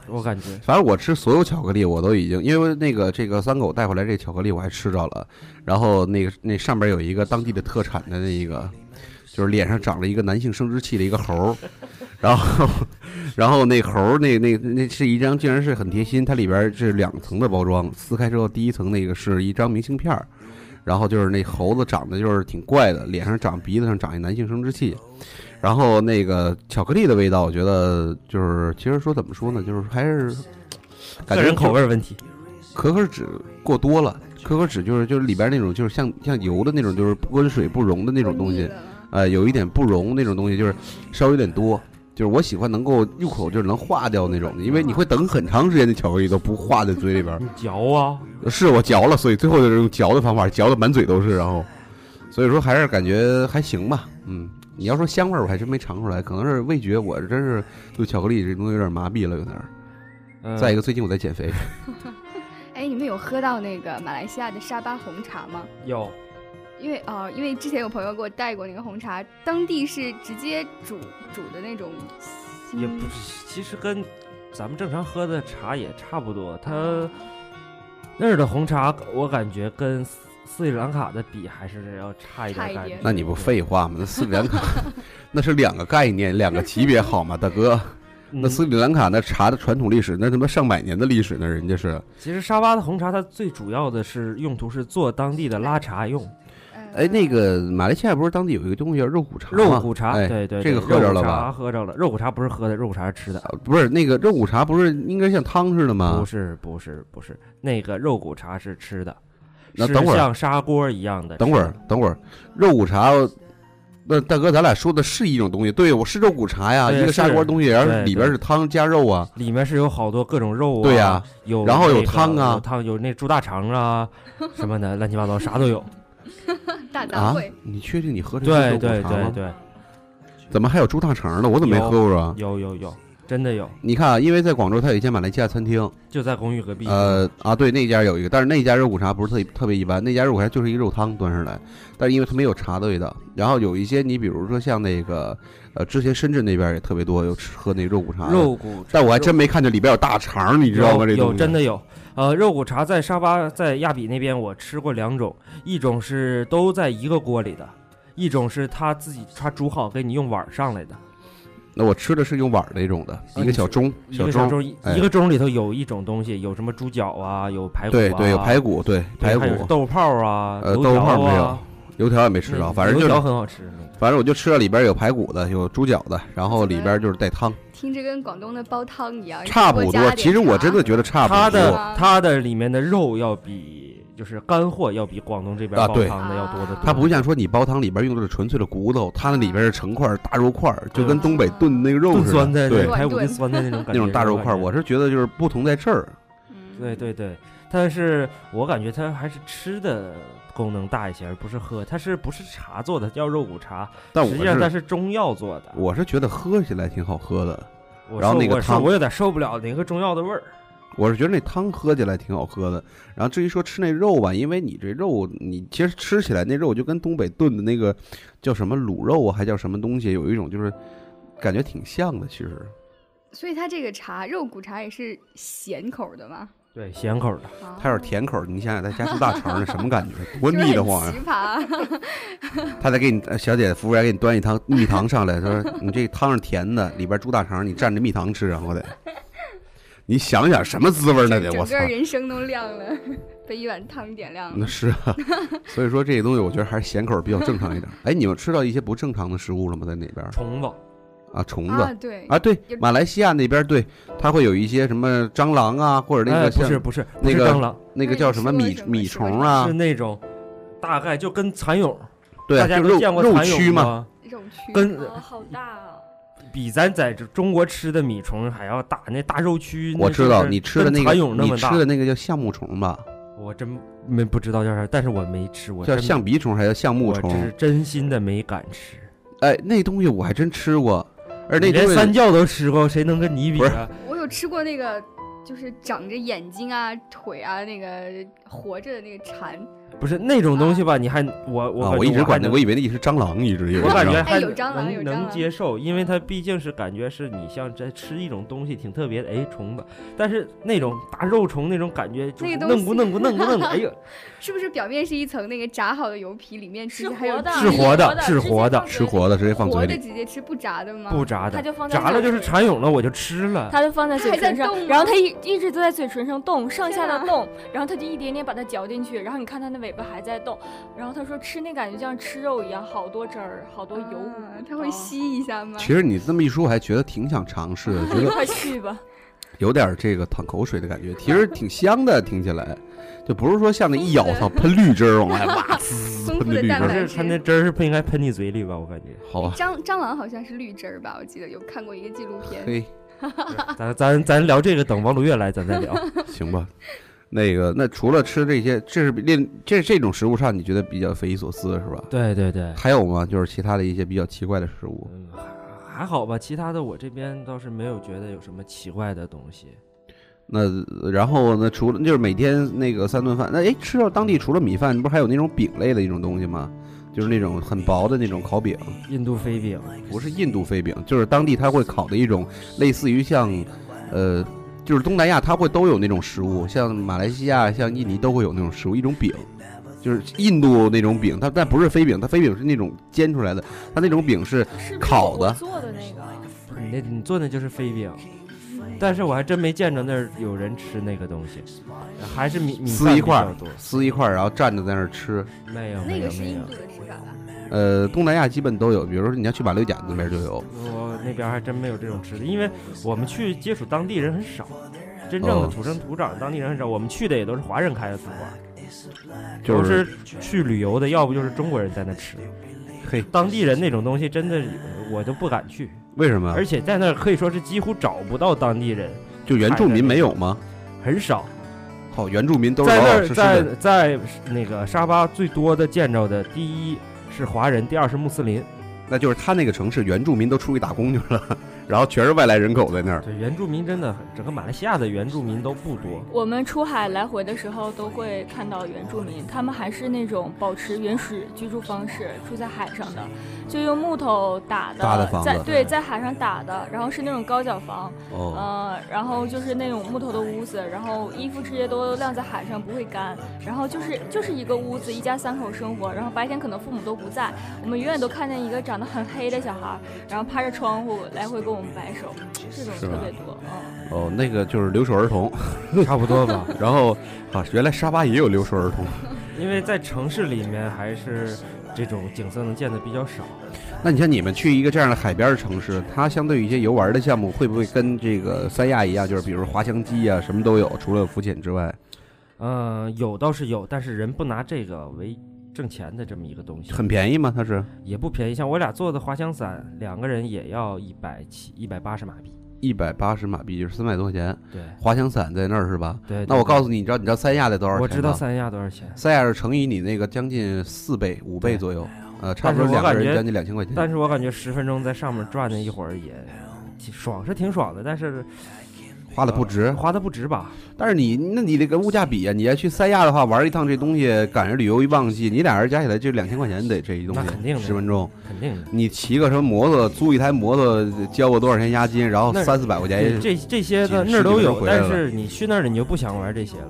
我感觉。
反正我吃所有巧克力，我都已经因为那个这个三狗带回来这巧克力，我还吃着了。然后那个那上边有一个当地的特产的那一个，就是脸上长了一个男性生殖器的一个猴儿，然后 *laughs* 然后那猴儿那那那是一张，竟然是很贴心，它里边是两层的包装，撕开之后第一层那个是一张明信片儿。然后就是那猴子长得就是挺怪的，脸上长鼻子上长一男性生殖器，然后那个巧克力的味道，我觉得就是其实说怎么说呢，就是还是感
个
觉
人口味问题，
可可脂过多了，可可脂就是就是里边那种就是像像油的那种，就是不跟水不溶的那
那
种
*laughs*
东西，
嗯
呃，有一点不溶那种东西，就是稍微有点多。就是我喜欢能够入口就是能化掉那种的，因为你会等很长时间的巧克力都不化在嘴里边儿。
嗯
你嚼啊，
是我嚼了，所以最后就是用嚼的方法，嚼的满嘴都是，然后，所以说还是感觉还行吧。嗯，你要说香味儿，我还真没尝出来，可能是味觉，我真是对巧克力这东西有点麻痹了，有点儿。
嗯
再一个，最近我在减肥，
哎，你们有喝到那个马来西亚的沙巴红茶吗？
有
因为啊、因为之前有朋友给我带过那个红茶，当地是直接煮煮的那种新，
也不，其实跟咱们正常喝的茶也差不多。它那儿的红茶，我感觉跟斯斯里兰卡的比还是要差一
差一
点感觉
点。
那你不废话吗？那斯里兰卡
*laughs*
那是两个概念，两个级别好吗，大哥？
嗯
那斯里兰卡那茶的传统历史，那他妈上百年的历史呢，人
嗯
家是。
其实沙巴的红茶，它最主要的是用途是做当地的拉茶用，
哎、
哎，那个马来西亚不是当地有一个东西叫肉骨茶吗？
肉骨茶，
哎、
对对，
这
对
个喝着了？
肉骨茶
吧？
喝着了，肉骨茶不是喝的，肉骨茶是吃的。
啊不是那个肉骨茶，不是应该像汤似的吗
不？是不是不是，那个肉骨茶是吃的，
那
是
等会儿
像砂锅一样的。
等会儿，，等会儿，肉骨茶，那大哥，咱俩说的是一种东西，对，我是肉骨茶呀，
对
一个砂锅
是
东西，然后
对
里边
对
是汤加肉啊，
里面是有好多各种肉啊，
对呀
有
然后有
那个
汤啊
有汤有那猪大肠啊什么的，乱七八糟啥都
*laughs*
有。
大杂
啊
烩，，
你确定你喝的是
对
肉骨
对
茶
对
吗？
对，
怎么还有猪大肠呢？我怎么没喝过啊？
有有有，真的有，
你看啊，因为在广州，它有一家马来西亚餐厅，
就在公寓隔壁。
呃啊，对，那家有一个，但是那家肉骨茶不是特别特别一般，那家肉骨茶就是一肉汤端上来，但是因为它没有茶的味道。然后有一些，你比如说像那个，呃，之前深圳那边也特别多有吃喝那肉骨茶的，
肉骨，
但我还真没看见里边有大肠，你知道吗？
有
这东
有
西
真的有，呃，肉骨茶在沙巴在亚比那边我吃过两种，一种是都在一个锅里的，一种是他自己他煮好给你用碗儿上来的。
那我吃的是用碗儿那种的，一个小盅，
一个
盅，
盅，
哎
一个盅里头有一种东西，有什么猪脚啊，有排骨啊，
对对，有排骨，对
对
排
还有
骨，
豆泡啊，
呃
油
豆泡
条
没有
啊
油条也没吃
那
着，反正
油
就
条
是，
很好吃。那个
反正我就吃了里边有排骨的，有猪脚的，然后里边就是带汤，
听着跟广东的煲汤一样，
差不
多加
多。
点
其实我真的觉得差
它
不
是
多，
吧
的它的里面的肉要比就是干货要比广东这边
啊
煲
对
汤的要多得多。
它不像说你煲汤里边用的是纯粹的骨头，它那里边是成块儿大肉块儿，就跟东北炖那个肉
炖
似
酸
的，
菜，
对
排骨炖酸菜那种感觉，
那种大肉块儿。
感觉
我是觉得就是不同在这儿，
嗯
对对对，但是我感觉它还是吃的功能大一些，而不是喝。它是不是茶做的？叫肉骨茶，
但
实
我
际上它
是
是中药做的。
我是觉得喝起来挺好喝的，
我
然后
受
那个
我受
汤
我有点受不了那个中药的味儿。
我是觉得那汤喝起来挺好喝的，然后至于说吃那肉吧，因为你这肉，你其实吃起来那肉就跟东北炖的那个叫什么卤肉啊，还叫什么东西，有一种就是感觉挺像的。其实
所以它这个茶肉骨茶也是咸口的嘛，
对，咸口的。
啊
它要是甜口儿，你想想再加出大肠儿，什么感觉？多
是不是
腻得
很 *laughs*
慌啊！
奇葩，
他再给你呃小姐服务员给你端一汤蜜糖上来，他说你这汤是甜的，里边猪大肠，你蘸着蜜糖吃，然后得， *laughs* 你想想什么滋味儿那
*laughs* 整
得我
整
操
个！人生都亮了，被一碗汤点亮
*laughs* 那
了。
是啊，所以说这些东西我觉得还是咸口儿比较
*laughs*
正常一点儿。哎，你们吃到一些不正常的食物了吗？在哪边儿
虫子，
啊？虫子
啊，对，
啊，对
有，
马来西亚那边儿对，它会有一些什么蟑螂啊，或者那
哎
个
不
像
是不是不
那
是
个
蟑螂，
那个叫什么米
那你说什么
米虫啊
是，那种大概就跟蚕蛹，
对
大
啊，
家
就
都
肉
见过
肉
蚕
蛆
蛹
嘛，
吗？
肉蛆
跟
哦，好大啊！
比咱在这中国吃的米虫还要大，那大肉蛆那
我
就
知道
是
你吃的
跟
那个
蚕蛹那
你
么
吃
大，
的那个叫橡木虫吧，
我真没不知道叫啥，但是我没吃过，
叫
真
橡皮虫还叫橡木
我这是
虫？
真心的没敢吃。
哎，那东西我还真吃过，而那
你连
东
三
西
教都吃过，谁能跟你比啊？
我有吃过那个，就是长着眼睛啊、腿啊那个活着的那个蝉，
不是那种东西吧？你还我我
啊，
感觉
我一直
还
管那，
能
我以为那是蟑螂，一直以为
我
是
感
蟑
觉
螂
还
哎有蟑螂有
能
蟑螂
能接受，因为它毕竟是感觉是你像在吃一种东西挺特别的，哎，虫子，但是那种大肉虫那种感觉，就
那
是
个东
弄
西
咕弄咕弄咕
*laughs*
弄咕，哎呦，
是不是表面是一层那个炸好的油皮，里面其
是
实还
活
有
的，
是活的是活的
吃活的直接放嘴
活的
里，
直接吃不炸的吗？
不炸
它
的，
就放在
炸了就是蚕蛹了，我就吃了。
它就放在嘴唇
它还在动
上，
吗
然后它一一直都在嘴唇上动，上下
天
的
啊
动，然后它就一点点把它嚼进去，然后你看它的尾巴还在动，然后他说吃那感觉就像吃肉一样，好多汁儿，好多
多
油啊
油，
污，
它啊会吸一下吗？
其实你这么一说，我还觉得挺想尝试的，觉
*laughs*
一
得
块去吧，
有点这个淌口水的感觉，其实挺香的，听起来就不是说像那一咬，操，喷绿汁儿往外
*laughs*
哇，
丰
喷
富的
的绿汁
蛋
可
儿，
白
是它那
质。
汁儿是不应该喷你嘴里吧？我感
*laughs*
觉，
好吧，
蟑蟑螂好像是绿汁儿吧，我记得有看过一个纪录片。
嘿，
咱咱咱聊这个，等王鲁月来咱再
*laughs*
聊。
行吧。那个，那除了吃这些，这是比另这这种食物上你觉得比较匪夷所思的是吧？
对对对，
还有吗？就是其他的一些比较奇怪的食物，
嗯，还还好吧，其他的我这边倒是没有觉得有什么奇怪的东西。
那然后呢？除了就是每天那个三顿饭，那哎，吃到当地除了米饭，不是还有那种饼类的一种东西吗？就是那种很薄的那种烤饼，
印度飞饼，
不是印度飞饼，就是当地它会烤的一种类似于像，呃，就是东南亚它会都有那种食物，像马来西亚、像印尼都会有那种食物，一种饼，就是印度那种饼，它但不是飞饼，它飞饼是那种煎出来的，它那种饼是
是不是
烤的
我做的那个
你那你做那就是飞饼，但是我还真没见着那儿有人吃那个东西，还是米米
撕
饭
一
比
块儿
较多
撕一块儿，然后站着在那儿吃。
没有
那
没
个
有
是
没
印
有
度，的吃法吧？
呃，东南亚基本都有，比如说你要去马六甲那边就有。
我那边还真没有这种吃的，因为我们去接触当地人很少，真正的
哦
土生土长的当地人很少，我们去的也都是华人开的餐馆。
就
都是去旅游的，要不就是中国人在那吃。
嘿，
当地人那种东西真的我都不敢去，
为什么？
而且在那儿可以说是几乎找不到当地人，
就原住民没有吗？
很少。
好，哦原住民都是
在
老
那
老
儿
实实
在
的。
在那个沙巴最多的见着的，第一是华人，第二是穆斯林。
那就是他那个城市原住民都出去打工去了，然后全是外来人口在那儿。
对，原住民真的很，整个马来西亚的原住民都不多。
我们出海来回的时候都会看到原住民，他们还是那种保持原始居住方式，住在海上的，就用木头打的，
搭的房子嗯
在对在海上打的，然后是那种高脚房，
哦，
呃，然后就是那种木头的屋子，然后衣服这些都晾在海上不会干，然后就是就是一个屋子，一家三口生活，然后白天可能父母都不在，我们永远都看见一个长得很黑的小孩儿，然后趴着窗户来回跟我们摆手，这种
是
特
吧
别多，嗯，
哦，那个就是留守儿童。
*laughs* 差不多吧，
然后啊，原来沙巴也有留守儿童。
*laughs* 因为在城市里面还是这种景色能见的比较少。
那你像你们去一个这样的海边儿城市，它相对于一些游玩的项目，会不会跟这个三亚一样，就是比如滑翔机啊，什么都有，除了浮潜之外，
嗯、有倒是有，但是人不拿这个为挣钱的这么一个东西。
很便宜吗？它是
也不便宜，像我俩坐的滑翔伞，两个人也要一百七、一百八十马币。
一百八十马币，就是三百多块钱。
对
滑翔伞在那儿是吧？
对，
那我告
诉
诉你，你知道你知道三亚得多少钱吗？
我知道三亚多少钱，
三亚是乘以你那个将近四倍、五倍
对
左右，呃，差
但
不
是
多
我
两个
感
人
觉
将近两千块钱。
但是我感觉十分钟在上面转了一会儿也挺爽，是挺爽的，但是
花的不值。
花的不值吧？
但是你，那你得跟物价比啊！你要去三亚的话，玩一趟这东西，赶上旅游一旺季，你俩人加起来就两千块钱得这一东西，
那肯定的
十分钟。
肯定的。
你骑个什么摩托，租一台摩托，交个多少钱押金，然后
那
三四百块
对
钱，
这这些
哎几
的
十
那儿都
几
有，
个人回来
但
了
是你去那儿了你就不想玩这些了。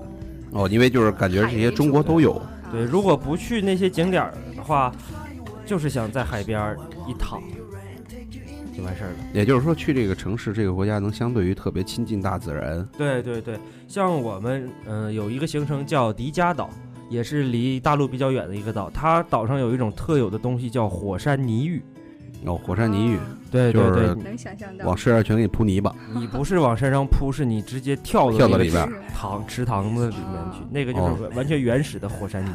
哦，因为就是感觉这些中国都有，
啊
对，如果不去那些景点儿的话，就是想在海边儿一躺就完事儿了。
也就是说去这个城市、这个国家能相对于特别亲近大自然。
对对对，像我们嗯、呃有一个行程叫迪加岛，也是离大陆比较远的一个岛。它岛上有一种特有的东西叫火山泥浴。
哦，火山泥浴，
对对
就
对，
是
能想象到
往身上全给你铺泥巴，
你不是往山上扑，是你直接跳到
跳到
那个
里边
是
塘池塘子里面去，那个就
哦
是完完全原始的火山泥，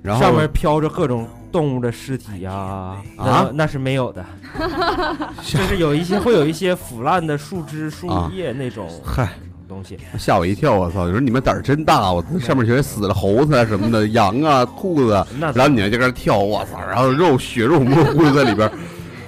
然后
上面飘着各种动物的尸体呀、那
啊
那是没
*laughs*
有的，就是有一些会有一些腐烂的树枝、树
啊
叶那种
嗨，
东西。
吓我一跳！我操！你说你们胆儿真大！我上面全死了猴子啊什么的，羊啊、兔子啊， *laughs*
那
然后你们就搁那跳，我操！然后肉血肉模糊在里边，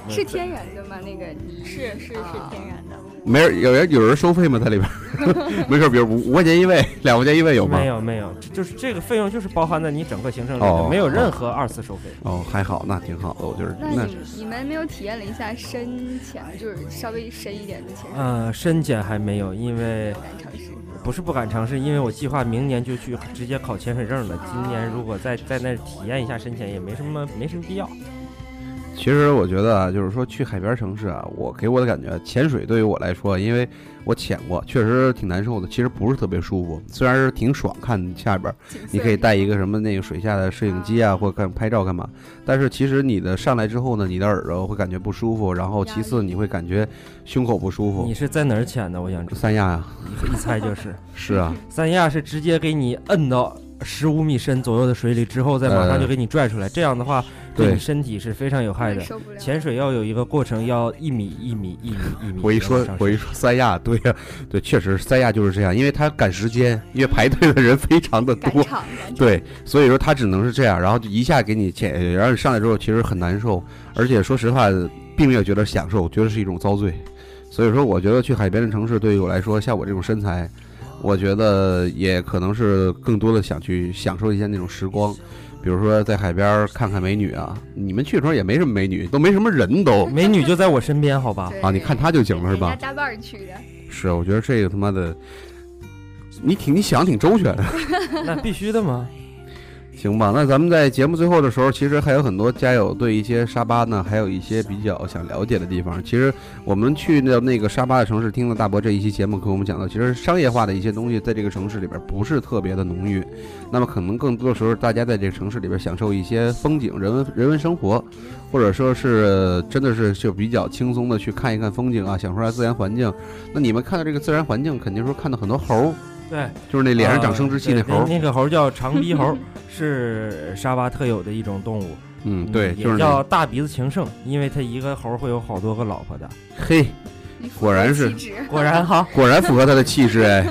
是天然的吗？那个泥
是是是
啊
天然的。
没人有人有人收费吗？在里边 *laughs* 没事，比如五五块钱一位，两块钱一位有吗
没？有没有，就是这个费用就是包含在你整个行程里
哦
的，没有任何二次收费。
哦，还好，那挺好的，我觉得
那你你们没有体验了一下深潜，就是稍微深一点的潜
嗯
水，
呃，深潜还没有，因为
不敢尝试。
不是不敢尝试，因为我计划明年就去直接考潜水证了。今年如果再在那儿体验一下深潜，也没什么没什么必要。
其实我觉得啊，就是说去海边城市啊，我给我的感觉，潜水对于我来说，因为我潜过，确实挺难受的，其实不是特别舒服，虽然是挺爽，看下边儿，
景色
你可以带一个什么那个水下的摄影机啊，或干拍照干嘛，但是其实你的上来之后呢，你的耳朵会感觉不舒服，然后其次你会感觉胸口不舒服
你。是在哪儿潜的？我想知
三亚 *laughs* 呀，
一猜就是，
是啊，
三亚是直接给你摁到十五米深左右的水里之后，再马上就给你拽
呃
出来。这样的话，对
对
你身体是非常有害的。
受不了。
潜水要有一个过程，要一米一米一米一米。
我一说
往上，
我一
升
说三亚，对呀、对，确实三亚就是这样，因为它赶时间，因为排队的人非常的
赶
多，
场，赶场
对，所以说它只能是这样，然后就一下给你潜，然后你上来之后其实很难受，而且说实话，并没有觉得享受，觉得是一种遭罪。所以说，我觉得去海边的城市对于我来说，像我这种身材，我觉得也可能是更多的想去享受一下那种时光，比如说在海边儿看看美女啊。你们去的时候也没什么美女，都没什么人都
美女就在我身边，好吧？
对
啊，你看她就行了是吧
人？家搭伴儿去的，
是，我觉得这个他妈的，你挺你想挺周全的。
那必须的嘛。
行吧，那咱们在节目最后的时候，其实还有很多家友对一些沙巴呢，还有一些比较想了解的地方。其实我们去的那个沙巴的城市，听了大伯这一期节目给我们讲到，其实商业化的一些东西在这个城市里边不是特别的浓郁。那么可能更多的时候，大家在这个城市里边享受一些风景、人文、人文生活，或者说是真的是就比较轻松的去看一看风景啊，享受一下自然环境。那你们看到这个自然环境，肯定说看到很多猴儿，
对，
就是那脸上长生殖器
呃
那
对
猴儿。
那个猴儿叫长鼻猴儿，是沙巴特有的一种动物。
嗯，对，就是
也
那
叫大鼻子情圣，因为它一个猴儿会有好多个老婆的。
嘿，果然是
气质
*laughs* 果 *laughs* 然哈，
果然符合他的气质
*laughs*
哎。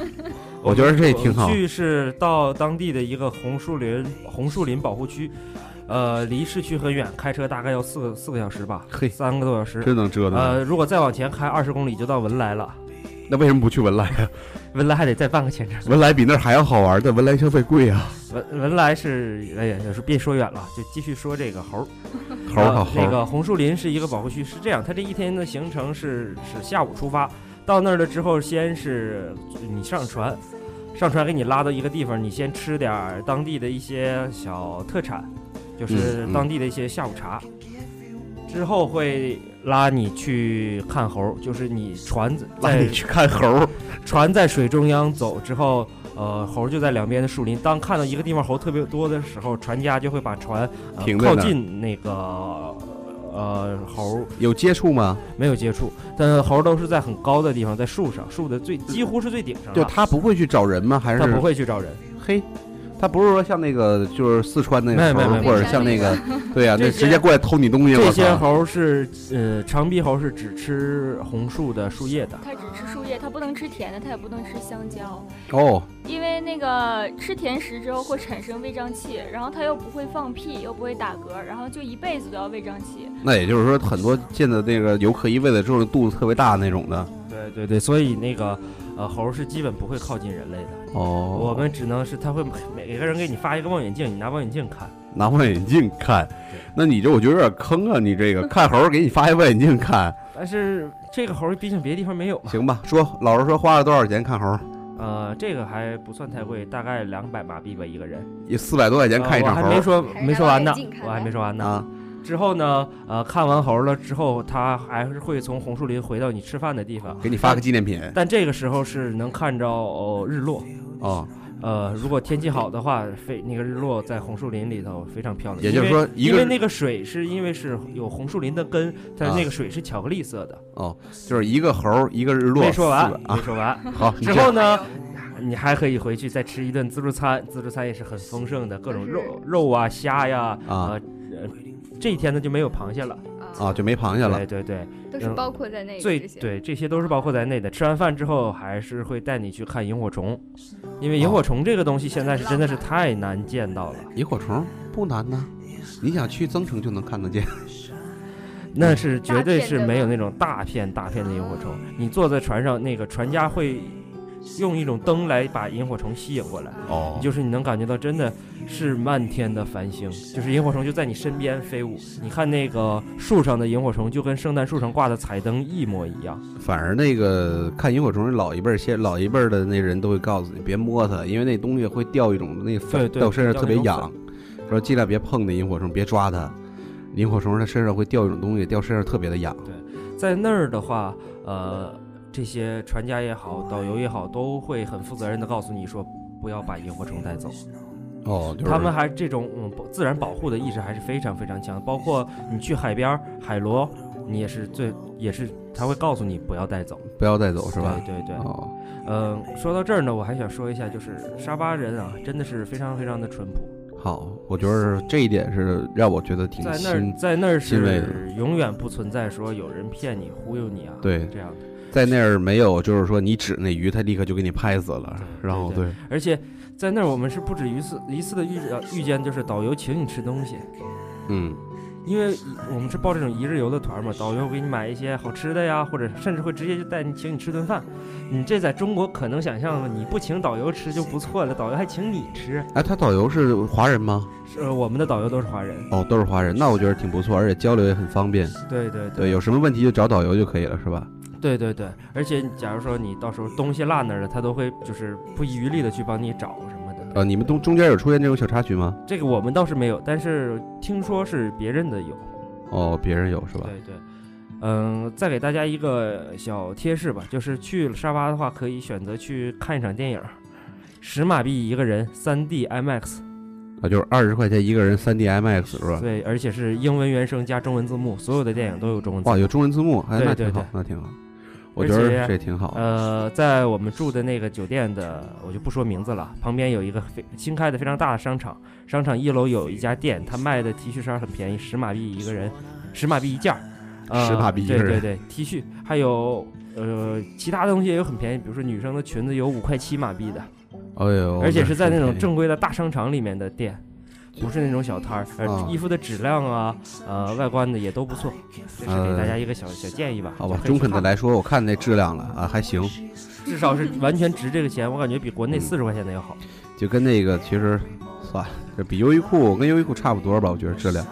我觉得这也挺好
去是到当地的一个红树林红树林保护区，呃，离市区很远，开车大概要四个四个小时吧，
嘿
三个多小时。
真能折腾、
呃，如果再往前开二十公里就到文莱了，
那为什么不去文莱啊？
文莱还得再办个签证。
文莱比那儿还要好玩，但文莱消费贵啊。
文文莱是，哎呀，也是别说远了，就继续说这个猴儿。
猴儿好
呃
猴
那
儿，
个红树林是一个保护区，是这样，它这一天的行程是是下午出发，到那儿了之后，先是你上船，上船给你拉到一个地方，你先吃点儿当地的一些小特产，就是
嗯嗯
当地的一些下午茶。之后会拉你去看猴儿，就是你船
拉
在
你去看猴儿。
船在水中央走之后，呃，猴儿就在两边的树林。当看到一个地方猴儿特别多的时候，船家就会把船、呃
停在那
靠
儿
近那个呃猴儿
有接触吗？
没有接触，但猴儿都是在很高的地方，在树上，树的最几乎是最顶上
就
了。
他不会去找人吗？还是
它啊不？会去找人，
嘿，他不是说像那个就是四川那个
没没
猴儿，
没
或者像那个，对呀、那
*laughs* 这些
直接过来偷你东西。
这
我
些
操！
猴儿是呃长鼻猴儿是只吃红树的树叶的，
它只吃树叶，它不能吃甜的，它也不能吃香蕉，
哦，
因为那个吃甜食之后会产生胃胀气，然后它又不会放屁，又不会打嗝，然后就一辈子都要胃胀气。
那也就是说，很多见的那个游客一喂了之后肚子特别大那种的。
对对对，所以那个呃猴儿是基本不会靠近人类的，
哦，
我们只能是它会每个人给你发一个望远镜，你拿望远镜看。
拿望远镜看，那你这我觉得有点坑啊！你这
*laughs*
个看猴儿给你发一望远镜看，
但是这个猴儿毕竟别的地方没有嘛，
行吧？说老实说，花了多少钱看猴儿？
呃，这个还不算太贵，大概两百马币吧一个人。
也四百多块钱
呃
看一
我
场
还
猴
没
儿
说
还是
没
拿
说完呢
望远镜，看
我还
吧
没说完呢。
啊？
之后呢，呃，看完猴儿了之后，他还是会从红树林回到你吃饭的地方，
给你发个纪念品
但这个时候是能看着、呃、日落。
哦，
呃，如果天气好的话，非那个日落在红树林里头非常漂亮。
也就是
因为
说一
因为
个
那个水是因为是有红树林的根，它
啊
那个水是巧克力色的。
哦，就是一个猴儿一个日落，
没说完
四，百
没
啊。
说完。 *laughs*
好，你
之
这
后呢，你还可以回去再吃一顿自助餐，自助餐也是很丰盛的，各种肉肉啊、虾呀、
啊
呃，呃这一天呢就没有螃蟹了。
啊就没螃蟹了
对对对，
嗯都是包括在内的
嗯最
这些。
对这些都是包括在内的。吃完饭之后还是会带你去看萤火虫，因为萤
哦
火虫这个东西现在是真的是太难见到了。
萤火虫不难呐，你想去增城就能看得见。
那是绝对是没有那种大片大片的萤火虫。你坐在船上，那个船家会用一种灯来把萤火虫吸引过来，
哦
就是你能感觉到真的是漫天的繁星，就是萤火虫就在你身边飞舞。你看那个树上的萤火虫，就跟圣诞树上挂的彩灯一模一样。
反而那个看萤火虫，老一辈儿先老一辈儿的那人都会告诉你别摸它，因为那东西会掉一种那
对
粉
对
掉身上特别
掉
痒，说尽量别碰那萤火虫，别抓它。萤火虫它身上会掉一种东西，掉身上特别的痒。
在那儿的话，呃，这些船家也好，导游也好，都会很负责任的告诉你说。不要把萤火虫带走，
哦，就是
他们还这种嗯保自然保护的意识还是非常非常强的。包括你去海边儿海螺，你也是最也是他会告诉你不要带走，
不要带走是吧？
对对对，
哦，
嗯，说到这儿呢，我还想说一下，就是沙巴人啊，真的是非常非常的淳朴，
好，我觉得这一点是让我觉得挺
在那儿
新，
在那儿
欣慰的
是永远不存在说有人骗你、忽悠你啊，
对
这样的。
在那儿没有就是说你指那鱼，它立刻就给你拍死了。
对
然后
对
对，
而且在那儿我们是不止一次一次的遇呃遇见，就是导游请你吃东西，
嗯，
因为我们是报这种一日游的团嘛，导游给你买一些好吃的呀，或者甚至会直接就带你请你吃顿饭。你这在中国可能想象吗？你不请导游吃就不错了，导游还请你吃。
哎，他导游是华人吗？
是呃我们的导游都是华人，
哦，都是华人，那我觉得挺不错，而且交流也很方便。
对对
对，有什么问题就找导游就可以了，是吧？
对对对，而且你假如说你到时候东西落那儿了，他都会就是不遗余力的去帮你找什么的。
呃，你们中中间有出现这种小插曲吗？
这个我们倒是没有，但是听说是别人的有。
哦，别人有是吧？
对对，嗯，再给大家一个小贴士吧，就是去沙巴的话，可以选择去看一场电影，十马币一个人，3 D IMAX，
啊，就是二十块钱一个人，三 D MX 是吧？
对，而且是英文原声加中文字幕，所有的电影都有中文字
哇，
幕。
有中文字幕，哎，
对
那
对
挺好
对，
那挺好，我
而
觉得
且
这挺好。
呃，在我们住的那个酒店的，我就不说名字了，旁边有一个非新开的非常大的商场，商场一楼有一家店，他卖的 T 恤衫很便宜，十马币一个人，十马币一件儿，呃、
10马币一个人
对对对，T 恤还有呃其他的东西也有很便宜，比如说女生的裙子有五块七马币的，
哎呦，
而且是在那种
便宜
正规的大商场里面的店。不是那种小摊儿，
啊
呃，衣服的质量啊，呃，外观的也都不错，这是给
呃
大家一个小小建议吧。
好吧
就，可以
中
去
肯的
看
来说，我看那质量了啊，还行，
至少是完全值这个钱，我感觉比国内
嗯
四十块钱的要好。
就跟那个其实算了，这比优衣库跟优衣库差不多吧，我觉得质量。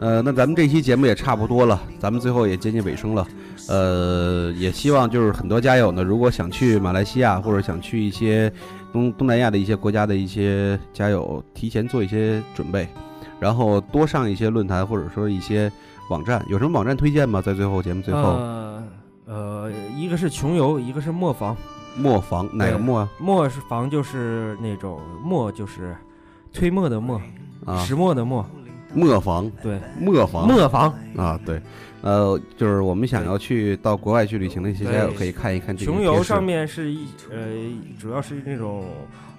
呃，那咱们这期节目也差不多了，咱们最后也接近尾声了。呃，也希望就是很多家友呢，如果想去马来西亚或者想去一些东东南亚的一些国家的一些家友，提前做一些准备，然后多上一些论坛或者说一些网站，有什么网站推荐吗？在最后节目最后，
呃呃，一个是穷游，一个是磨坊。
磨坊哪个
对
磨啊？
磨是坊就是那种磨就是推磨的磨，
啊，
石磨的磨。
磨坊，
对，
磨坊，
磨坊。
啊，对，呃，就是我们想要去到国外去旅行的一些
对
家友可以看一看这个
穷
贴
游
士
上面是一呃，主要是那种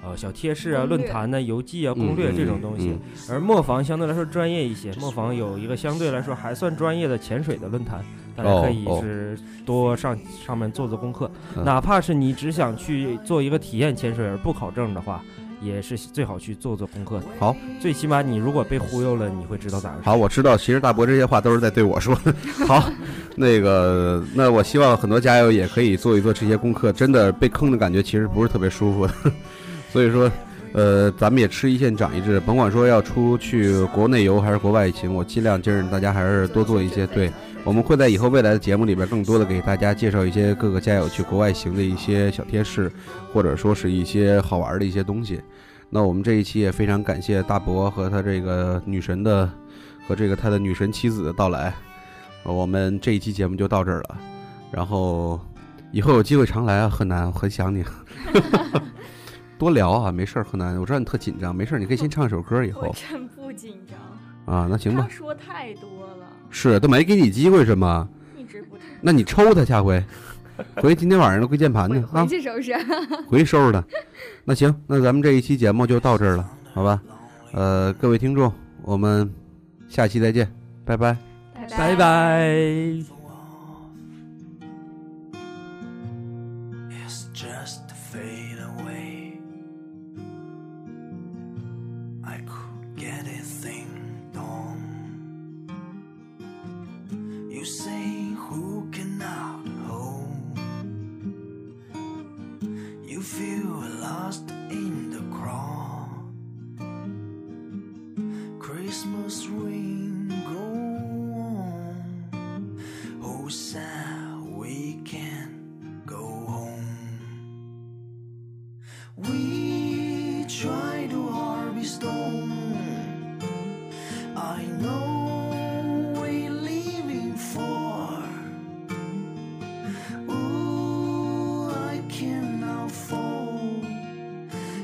呃小贴士啊、
攻略
论坛呢、游记啊、
嗯
攻略这种东西。
嗯
而磨坊相对来说专业一些，磨坊有一个相对来说还算专业的潜水的论坛，大家可以
哦哦
是多上上面做做功课，
嗯
哪怕是你只想去做一个体验潜水而不考证的话。也是最好去做做功课。
好，
最起码你如果被忽悠了，你会知道咋回事。
好，我知道，其实大伯这些话都是在对我说的。好，那个，那我希望很多家友也可以做一做这些功课，真的被坑的感觉其实不是特别舒服的。 *laughs* 所以说，呃，咱们也吃一堑长一智，甭管说要出去国内游还是国外行，我尽量就是大家还是多做一些对。我们会在以后未来的节目里边更多的给大家介绍一些各个家友去国外行的一些小贴士，或者说是一些好玩的一些东西。那我们这一期也非常感谢大伯和他这个女神的和这个他的女神妻子的到来。呃我们这一期节目就到这儿了，然后以后有机会常来啊，贺楠，我很想你。 *laughs* 多聊啊，没事儿，贺楠，我知道你特紧张，没事儿，你可以先唱一首歌。以
我
后
真不紧张，
啊，那行
他
吧，
说太多了，
是都没给你机会是吗？
一直不停。
那你抽他下回，回今天晚上都归键盘去啊
回，去收拾。
回去收拾他。那行，那咱们这一期节目就到这儿了，好吧？呃，各位听众，我们下期再见，拜拜。
拜拜。
is just to fade away. I could get a thing done. You say who cannot hold. You feel lost in the crowd. Christmas ring go on. Oh, sad we can go home. We try to harvest stone. I know we're leaving for. Ooh, I cannot fall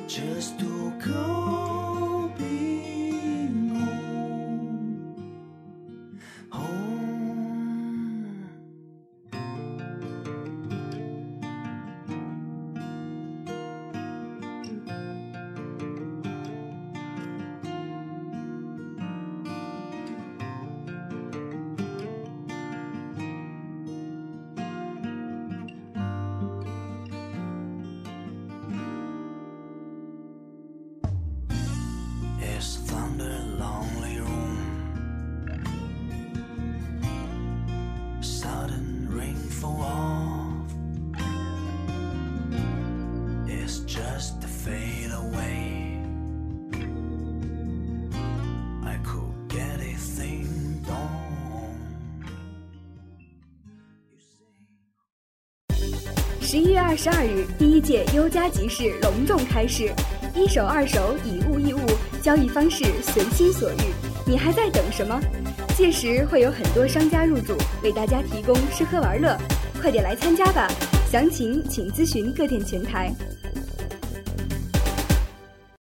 just to go being home. Home. is thunder lonely room. Sudden rainfall off is just to fade away. I could get a thing done. You say.
十一月二十二日，第一届优家集市隆重开市，一手二手以物易物，交易方式随心所欲。你还在等什么？届时会有很多商家入驻，为大家提供吃喝玩乐，快点来参加吧！详情请咨询各店前台。